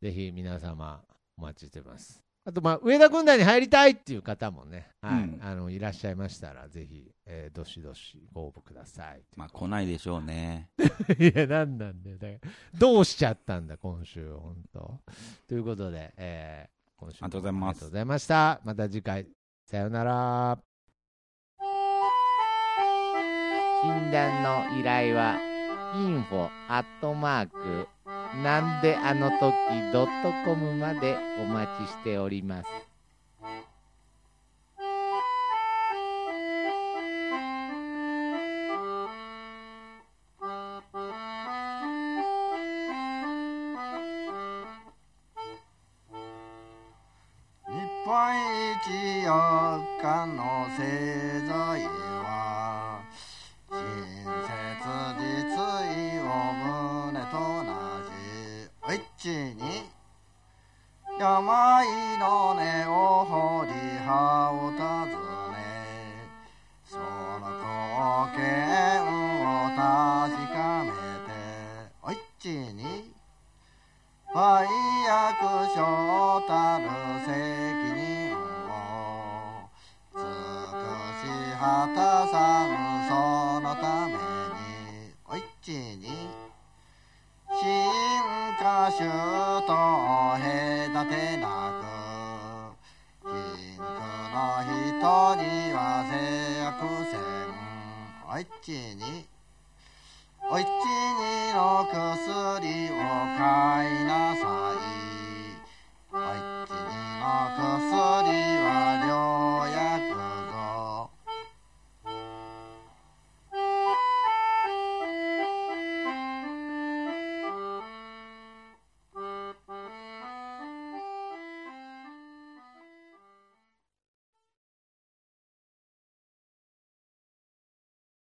Speaker 3: ぜひ皆様、お待ちしてます。あと、まあ、上田軍団に入りたいっていう方もね、はい、
Speaker 4: うん
Speaker 3: あのいらっしゃいましたら、ぜひ、えーどしどしご応募ください。
Speaker 4: まあ、来ないでしょうね。
Speaker 3: <laughs> いや、なんなんだよ。だからどうしちゃったんだ、今週、本当。ということで、えー今週も
Speaker 4: ありがとうございま
Speaker 3: あ
Speaker 4: す
Speaker 3: りがとうございました。また次回、さよなら。
Speaker 5: 診断の依頼は info アットマークなんであの時ドットコムまでお待ちしております。
Speaker 6: 日本一四日の製材は親切実意を胸となし一に病の根を掘り葉を尋ねその貢献を確かめておいっちに売約所たる責任を尽くし果たさぬそのためにおいっちに進化種と隔てなく貧苦の人には制約せんおいっちにおいっちにの薬を買いなさいおいっちにの薬